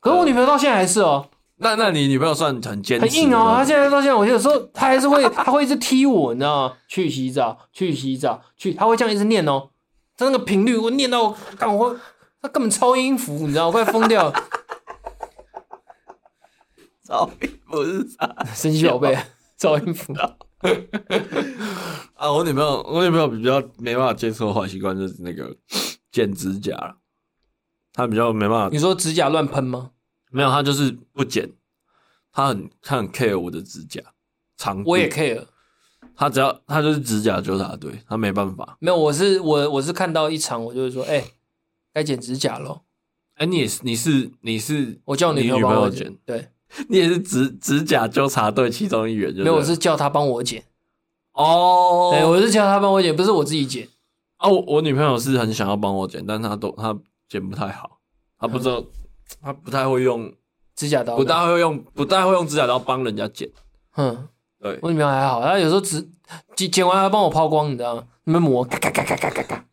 Speaker 2: 可是我女朋友到现在还是哦，
Speaker 1: 那那你女朋友算很坚持，
Speaker 2: 很硬哦。她现在到现在，我有时候她还是会，她会一直踢我，你知道吗？去洗澡，去洗澡，去，她会这样一直念哦。她那个频率，我念到我干我，她根本超音符，你知道，我快疯掉了，
Speaker 1: 照片不是啥
Speaker 2: *laughs* 神奇宝贝，超音符。
Speaker 1: 啊！我女朋友，我女朋友比较没办法接受的坏习惯就是那个剪指甲了，她比较没办法
Speaker 2: *laughs* 你，说指甲乱喷吗？
Speaker 1: 没有她就是不剪，她很她很 care 我的指甲长度，
Speaker 2: 我也 care。
Speaker 1: 她只要她就是指甲纠察队，她没办法。
Speaker 2: 没有，我是我我是看到一场，我就是说，哎、该剪指甲咯。
Speaker 1: 哎、你也是你是你是
Speaker 2: 我叫我
Speaker 1: 你
Speaker 2: 女朋友帮
Speaker 1: 朋
Speaker 2: 我
Speaker 1: 友
Speaker 2: 剪。
Speaker 1: 剪，
Speaker 2: 对，
Speaker 1: 你也是指指甲纠察队其中一员，就
Speaker 2: 没有，我
Speaker 1: 对
Speaker 2: 是叫她帮我剪。
Speaker 1: 哦，
Speaker 2: 对，我是叫她帮我剪，不是我自己剪。
Speaker 1: 啊，我我女朋友是很想要帮我剪，但她都她剪不太好，她不知道，她不太会用，
Speaker 2: 指甲刀
Speaker 1: 不
Speaker 2: 的，
Speaker 1: 太会用，不太会用指甲刀帮人家剪。
Speaker 2: 嗯，
Speaker 1: 对，
Speaker 2: 我女朋友还好，她有时候只剪剪完还帮我抛光，你知道吗？你们磨，嘎嘎嘎嘎嘎嘎嘎。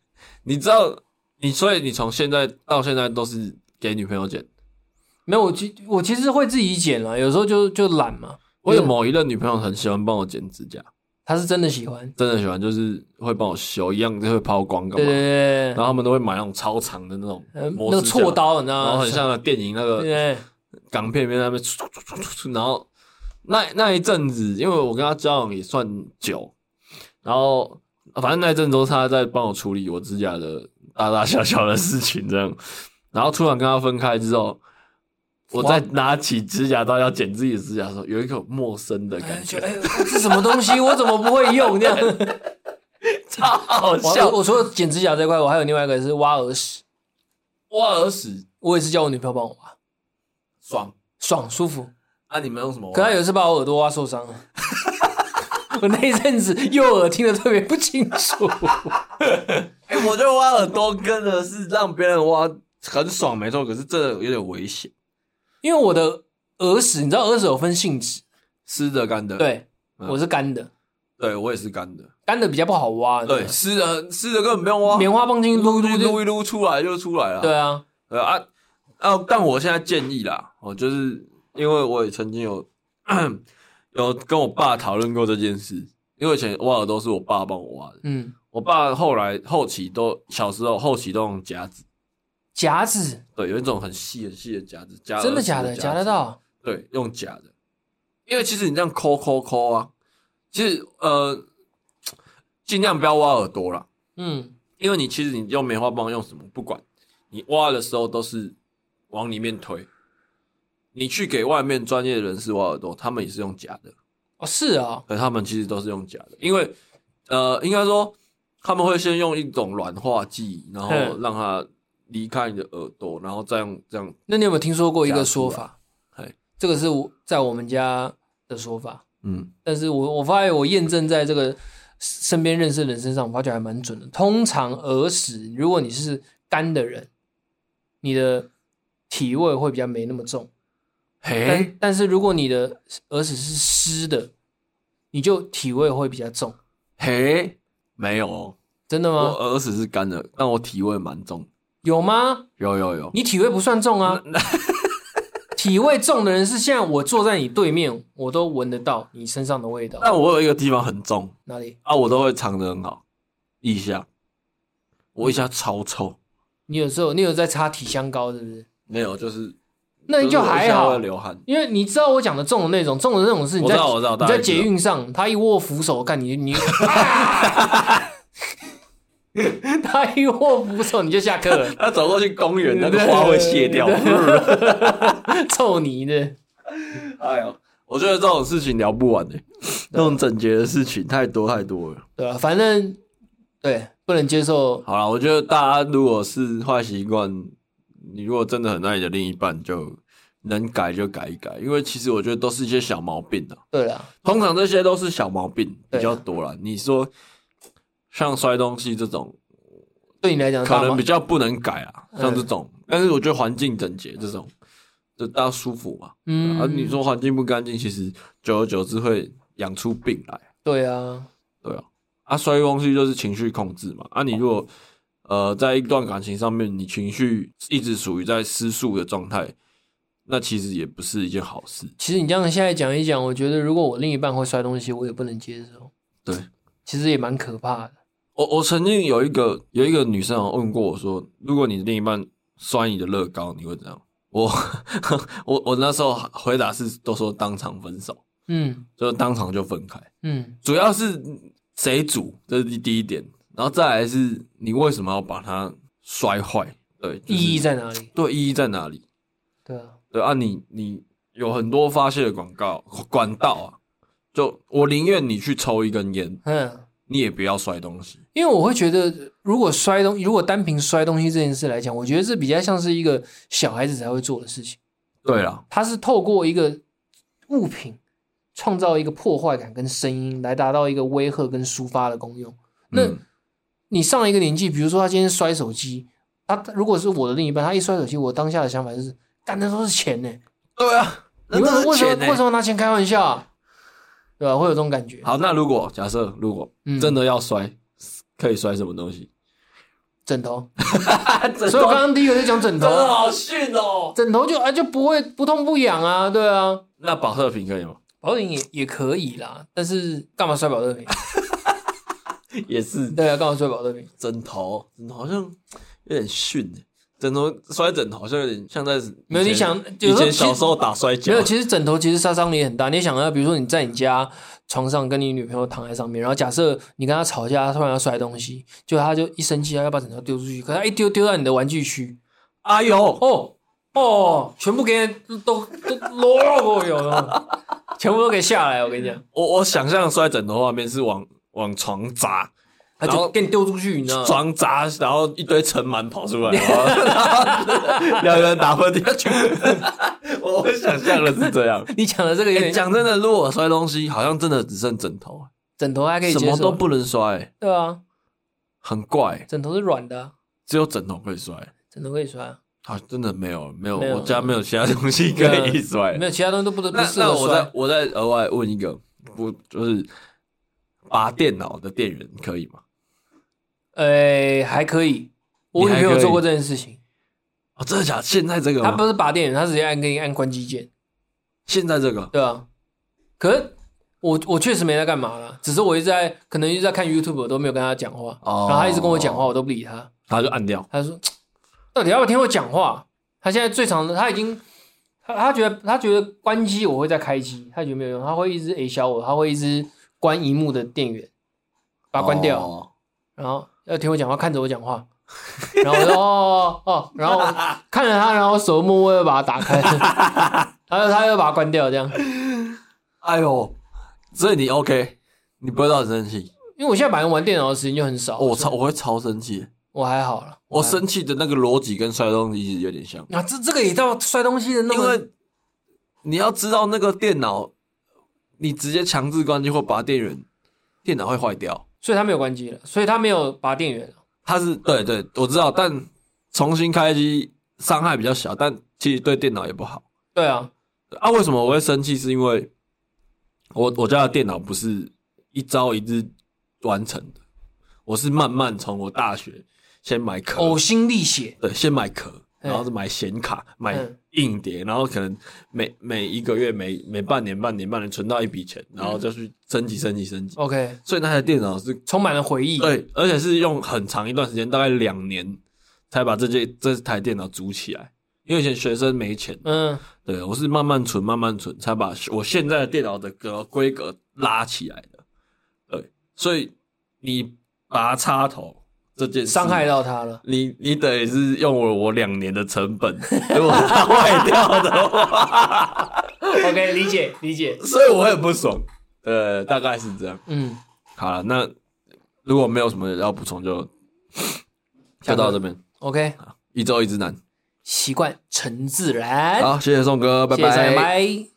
Speaker 1: 你知道，你所以你从现在到现在都是给女朋友剪。
Speaker 2: 没有，我其我其实会自己剪了，有时候就就懒嘛。
Speaker 1: 我有某一任女朋友很喜欢帮我剪指甲，
Speaker 2: 她是真的喜欢，
Speaker 1: 真的喜欢，就是会帮我修，一样就会抛光干
Speaker 2: 对
Speaker 1: 嘛。
Speaker 2: 对对
Speaker 1: 然后他们都会买那种超长的那种
Speaker 2: 对，呃
Speaker 1: 磨
Speaker 2: 那个
Speaker 1: 指甲
Speaker 2: 锉，刀，啊你知道
Speaker 1: 然
Speaker 2: 吗？
Speaker 1: 后很像电影那个
Speaker 2: 对对对
Speaker 1: 港片里面在那边出出出出出，然后那那一阵子，因为我跟他交往也算久，然后反正那一阵子都是他在帮我处理我指甲的大大小小的事情，这样。然后突然跟他分开之后，我再拿起指甲刀要剪自己的指甲的时候，有一口陌生的
Speaker 2: 哎
Speaker 1: 感
Speaker 2: 就
Speaker 1: 觉，
Speaker 2: 哎，这什么东西？我怎么不会
Speaker 1: *laughs*
Speaker 2: 用这样？
Speaker 1: 超好
Speaker 2: 我
Speaker 1: 笑。
Speaker 2: 我除了剪指甲这块，我还有另外一个是挖耳屎，
Speaker 1: 挖耳屎
Speaker 2: 我也是叫我女朋友帮我挖，
Speaker 1: 爽
Speaker 2: 爽舒服。
Speaker 1: 啊！你们用什么挖？
Speaker 2: 可她有一次把我耳朵挖受伤了， *laughs* 我那一阵子右耳听得特别不清楚。 *laughs*
Speaker 1: 哎、我觉得挖耳朵真的是让别人挖很爽，没错，可是这有点危险，
Speaker 2: 因为我的耳屎，你知道耳屎有分性质，
Speaker 1: 湿的干的。
Speaker 2: 对，
Speaker 1: 嗯
Speaker 2: 我是干的，
Speaker 1: 对我也是干的。
Speaker 2: 干的比较不好挖，你知道
Speaker 1: 对，
Speaker 2: 吗，
Speaker 1: 湿的湿的根本不用挖，
Speaker 2: 棉花棒进去撸
Speaker 1: 撸
Speaker 2: 一撸
Speaker 1: 撸
Speaker 2: 就，
Speaker 1: 一撸出来就出来了。
Speaker 2: 对啊，
Speaker 1: 对啊啊！但我现在建议啦，我就是因为我也曾经有 *clears throat* 有跟我爸讨论过这件事，因为以前挖耳朵是我爸帮我挖的，
Speaker 2: 嗯，
Speaker 1: 我爸后来后期都小时候后期都用夹子，
Speaker 2: 夹子
Speaker 1: 对，有一种很细很细的夹子，夹
Speaker 2: 真的
Speaker 1: 耳屎
Speaker 2: 假的？
Speaker 1: 夹
Speaker 2: 夹得
Speaker 1: 子？
Speaker 2: 到？
Speaker 1: 对，用假的，因为其实你这样抠抠抠啊，其实呃，尽量不要挖耳朵啦。
Speaker 2: 嗯，
Speaker 1: 因为你其实你用棉花棒用什么不管，你挖的时候都是往里面推。你去给外面专业人士挖耳朵，他们也是用假的，
Speaker 2: 哦，是啊，
Speaker 1: 可他们其实都是用假的，因为呃，应该说他们会先用一种软化剂，然后
Speaker 2: 嗯
Speaker 1: 让它离开你的耳朵，然后再用这样，
Speaker 2: 那你有没有听说过一个
Speaker 1: 夹
Speaker 2: 说
Speaker 1: 出来
Speaker 2: 法
Speaker 1: 嘿？
Speaker 2: 这个是我在我们家的说法，
Speaker 1: 嗯，
Speaker 2: 但是我我发现我验证在这个身边认识的人身上，我发觉还蛮准的。通常耳屎，如果你是干的人，你的体味会比较没那么重。
Speaker 1: 嘿
Speaker 2: 但，但是如果你的耳屎是湿的，你就体味会比较重，
Speaker 1: 嘿，没有哦，
Speaker 2: 真的
Speaker 1: 我
Speaker 2: 吗？
Speaker 1: 耳屎是干的，但我体味蛮重，
Speaker 2: 有吗？
Speaker 1: 有有有，
Speaker 2: 你体味不算重啊。
Speaker 1: *laughs*
Speaker 2: 体味重的人是现在我坐在你对面，我都闻得到你身上的味道。
Speaker 1: 但我有一个地方很重，
Speaker 2: 哪里？
Speaker 1: 啊，我都会藏得很好，腋下，我腋下超臭，
Speaker 2: 你有时候你有在擦体香膏是不是？
Speaker 1: 没有，就是
Speaker 2: 那
Speaker 1: 就是
Speaker 2: 就还
Speaker 1: 我现在
Speaker 2: 好
Speaker 1: 会，流汗。
Speaker 2: 因为你知道我讲的重的那种，重的那种是你
Speaker 1: 我
Speaker 2: 在
Speaker 1: 知道我知道
Speaker 2: 你
Speaker 1: 大概
Speaker 2: 在
Speaker 1: 知道
Speaker 2: 捷运上，他一握扶手，看你你， *laughs* 他一握扶手你就下课了，
Speaker 1: 他啊走过去公园，那个花会谢掉。
Speaker 2: 臭泥的。
Speaker 1: 哎呦，我觉得这种事情聊不完的、欸那种整洁的事情太多太多了。
Speaker 2: 对啊，反正对不能接受，
Speaker 1: 好了，我觉得大家如果是坏习惯，你如果真的很爱你的另一半，就能改就改一改，因为其实我觉得都是一些小毛病啊。
Speaker 2: 对啦，
Speaker 1: 通常这些都是小毛病
Speaker 2: 对啊
Speaker 1: 比较多啦。你说像摔东西这种，
Speaker 2: 对你来讲
Speaker 1: 可
Speaker 2: 大
Speaker 1: 能
Speaker 2: 吗
Speaker 1: 比？较不能改啊，
Speaker 2: 嗯
Speaker 1: 像这种。但是我觉得环境整洁这种，就大家舒服嘛。
Speaker 2: 嗯，
Speaker 1: 啊，你说环境不干净，其实久而久之会养出病来。
Speaker 2: 对啊，
Speaker 1: 对啊，啊，摔东西就是情绪控制嘛。啊，你如果呃在一段感情上面，你情绪一直属于在失速的状态，那其实也不是一件好事。
Speaker 2: 其实你这样现在讲一讲，我觉得如果我另一半会摔东西，我也不能接受，
Speaker 1: 对
Speaker 2: 其实也蛮可怕的。
Speaker 1: 我，我曾经有一个有一个女生啊问过我说，如果你另一半摔你的乐高，你会怎样？我我我那时候回答是都说当场分手，
Speaker 2: 嗯
Speaker 1: 就是当场就分开。
Speaker 2: 嗯，
Speaker 1: 主要是谁煮，这是第一点，然后再来是你为什么要把它摔坏？对，就是
Speaker 2: 意义在哪里？
Speaker 1: 对意义在哪里？
Speaker 2: 对啊，
Speaker 1: 对啊你，你有很多发泄的广告管道啊，就我宁愿你去抽一根烟，
Speaker 2: 嗯。
Speaker 1: 你也不要摔东西。
Speaker 2: 因为我会觉得，如果摔东，如果单凭摔东西这件事来讲，我觉得这比较像是一个小孩子才会做的事情。
Speaker 1: 对啦，
Speaker 2: 它是透过一个物品创造一个破坏感跟声音，来达到一个威吓跟抒发的功用。那、
Speaker 1: 嗯
Speaker 2: 你上了一个年纪，比如说他今天摔手机，他如果是我的另一半，他一摔手机，我当下的想法就是，干那都是钱呢、
Speaker 1: 对啊，
Speaker 2: 你为什么为什么为什
Speaker 1: 么？
Speaker 2: 么拿钱开玩笑、啊？对吧、会有这种感觉。啊
Speaker 1: 好，那如果假设如果
Speaker 2: 嗯
Speaker 1: 真的要摔，可以摔什么东西？
Speaker 2: 枕头，
Speaker 1: 所
Speaker 2: 所以我刚刚第一个就讲枕头，啊
Speaker 1: 好逊哦。
Speaker 2: 枕头就啊就不会不痛不痒啊，对啊。
Speaker 1: 那保特瓶可以吗？
Speaker 2: 保特瓶也也可以啦，但是干嘛摔保
Speaker 1: *laughs*
Speaker 2: 特瓶？
Speaker 1: *laughs* 也是
Speaker 2: 对啊，干嘛摔保特瓶？
Speaker 1: 枕头，枕头好像有点逊欸枕头摔枕头好像有点像在
Speaker 2: 没有
Speaker 1: 以前
Speaker 2: 你想有
Speaker 1: 以
Speaker 2: 时候
Speaker 1: 前小时候打摔跤
Speaker 2: 没有，，其实枕头其实杀伤力很大。你想要，啊比如说你在你家床上跟你女朋友躺在上面，然后假设你跟她吵架，她突然要摔东西，就她就一生气，她要把枕头丢出去，可她一丢丢到你的玩具区，
Speaker 1: 哎呦，
Speaker 2: 哦哦，全部给你都都落过有， *laughs* 全部都给下来。我跟你讲，
Speaker 1: 我我想象摔枕头画面是往往床砸，
Speaker 2: 她
Speaker 1: 然
Speaker 2: 就
Speaker 1: 后
Speaker 2: 给你丢出去，你知道吗？
Speaker 1: 床砸，然后一堆尘螨跑 *laughs* 出来，然后 *laughs* 两个人打喷嚏， *laughs* 全部我我想象的是这样。
Speaker 2: 你讲的这个有
Speaker 1: 欸
Speaker 2: 点像
Speaker 1: 讲真的，如果摔东西，好像真的只剩枕头，
Speaker 2: 枕头还可以
Speaker 1: 什
Speaker 2: 接
Speaker 1: 么
Speaker 2: 受
Speaker 1: 都，不能摔、
Speaker 2: 对啊，
Speaker 1: 很怪，
Speaker 2: 枕头是软的啊、
Speaker 1: 只有枕头可以摔。
Speaker 2: 枕头可以摔啊。
Speaker 1: 啊，真的没有，没有，
Speaker 2: 没有
Speaker 1: 我家没有其他东西可以摔。
Speaker 2: 没有其他东西都不得不
Speaker 1: 那
Speaker 2: 适
Speaker 1: 那
Speaker 2: 合
Speaker 1: 我再
Speaker 2: 摔。
Speaker 1: 我再额外问一个，不就是拔电脑的电源可以吗？
Speaker 2: 哎，还可以，我
Speaker 1: 你
Speaker 2: 女
Speaker 1: 还
Speaker 2: 朋友
Speaker 1: 可以
Speaker 2: 做过这件事情，
Speaker 1: 哦，真的假的？现在这个
Speaker 2: 她
Speaker 1: 吗？
Speaker 2: 不是拔电源，她直接按给你按关机键，
Speaker 1: 现在这个
Speaker 2: 对啊。可是我我确实没在干嘛啦，只是我一直在可能一直在看 YouTube，我都没有跟她讲话，
Speaker 1: 哦
Speaker 2: 然后她一直跟我讲话，我都不理她。
Speaker 1: 他就按掉。
Speaker 2: 她说嘖到底要不要听我讲话？她现在最常的，她已经。她她觉得她觉得关机我会再开机，她觉得没有用，她会一直 A 消我，她会一直关荧幕的电源，把它关掉。
Speaker 1: 哦
Speaker 2: 然后要听我讲话，看着我讲话，然后我就哦哦哦，然后我看着他，然后手默默的把它打 *laughs* 开，然后他又把它关掉，这样。
Speaker 1: 哎呦，所以你 OK，你不会到很生气？
Speaker 2: 因为我现在本来玩电脑的时间就很
Speaker 1: 哦
Speaker 2: 少，
Speaker 1: 我超我会超生气，
Speaker 2: 我还好了。
Speaker 1: 我生气的那个逻辑跟摔东西其实有点像，
Speaker 2: 啊，这这个也到摔东西的那
Speaker 1: 因
Speaker 2: 么
Speaker 1: 为你要知道那个电脑，你直接强制关机或拔电源，电脑会坏掉。
Speaker 2: 所以他没有关机了，所以他没有拔电源了。
Speaker 1: 它是对对，我知道，但重新开机伤害比较小，但其实对电脑也不好
Speaker 2: 对啊，
Speaker 1: 啊。为什么我会生气？是因为我我家的电脑不是一朝一日完成的，我是慢慢从我大学先买壳，
Speaker 2: 呕心沥血，
Speaker 1: 对，呃先买壳，
Speaker 2: 嗯
Speaker 1: 然后是买显卡、买
Speaker 2: 嗯
Speaker 1: 硬碟，然后可能每每一个月、每每半年、半年、半年存到一笔钱，然后就去升级、升级、升级。
Speaker 2: ，OK，
Speaker 1: 所以那台电脑是
Speaker 2: 充满了回忆。
Speaker 1: 对，而且是用很长一段时间，大概两年，才把这些这台电脑组起来。因为以前学生没钱，
Speaker 2: 嗯
Speaker 1: 对我是慢慢存，慢慢存，才把我现在的电脑的格规格拉起来的。对，所以你拔插头这件事
Speaker 2: 伤害到他 *laughs* 了。
Speaker 1: 你，你等于是用了我两年的成本，如果它坏掉的话，
Speaker 2: OK，理解理解。
Speaker 1: *laughs* 所以我很不 *laughs* 爽。呃，大概是这样。
Speaker 2: 嗯，
Speaker 1: 好了，那如果没有什么要补充就，就
Speaker 2: 下课
Speaker 1: 到这边。
Speaker 2: OK，
Speaker 1: 一周一直男，
Speaker 2: 习惯成自然。
Speaker 1: 哎好，谢谢宋哥，拜
Speaker 2: 谢谢大家拜拜。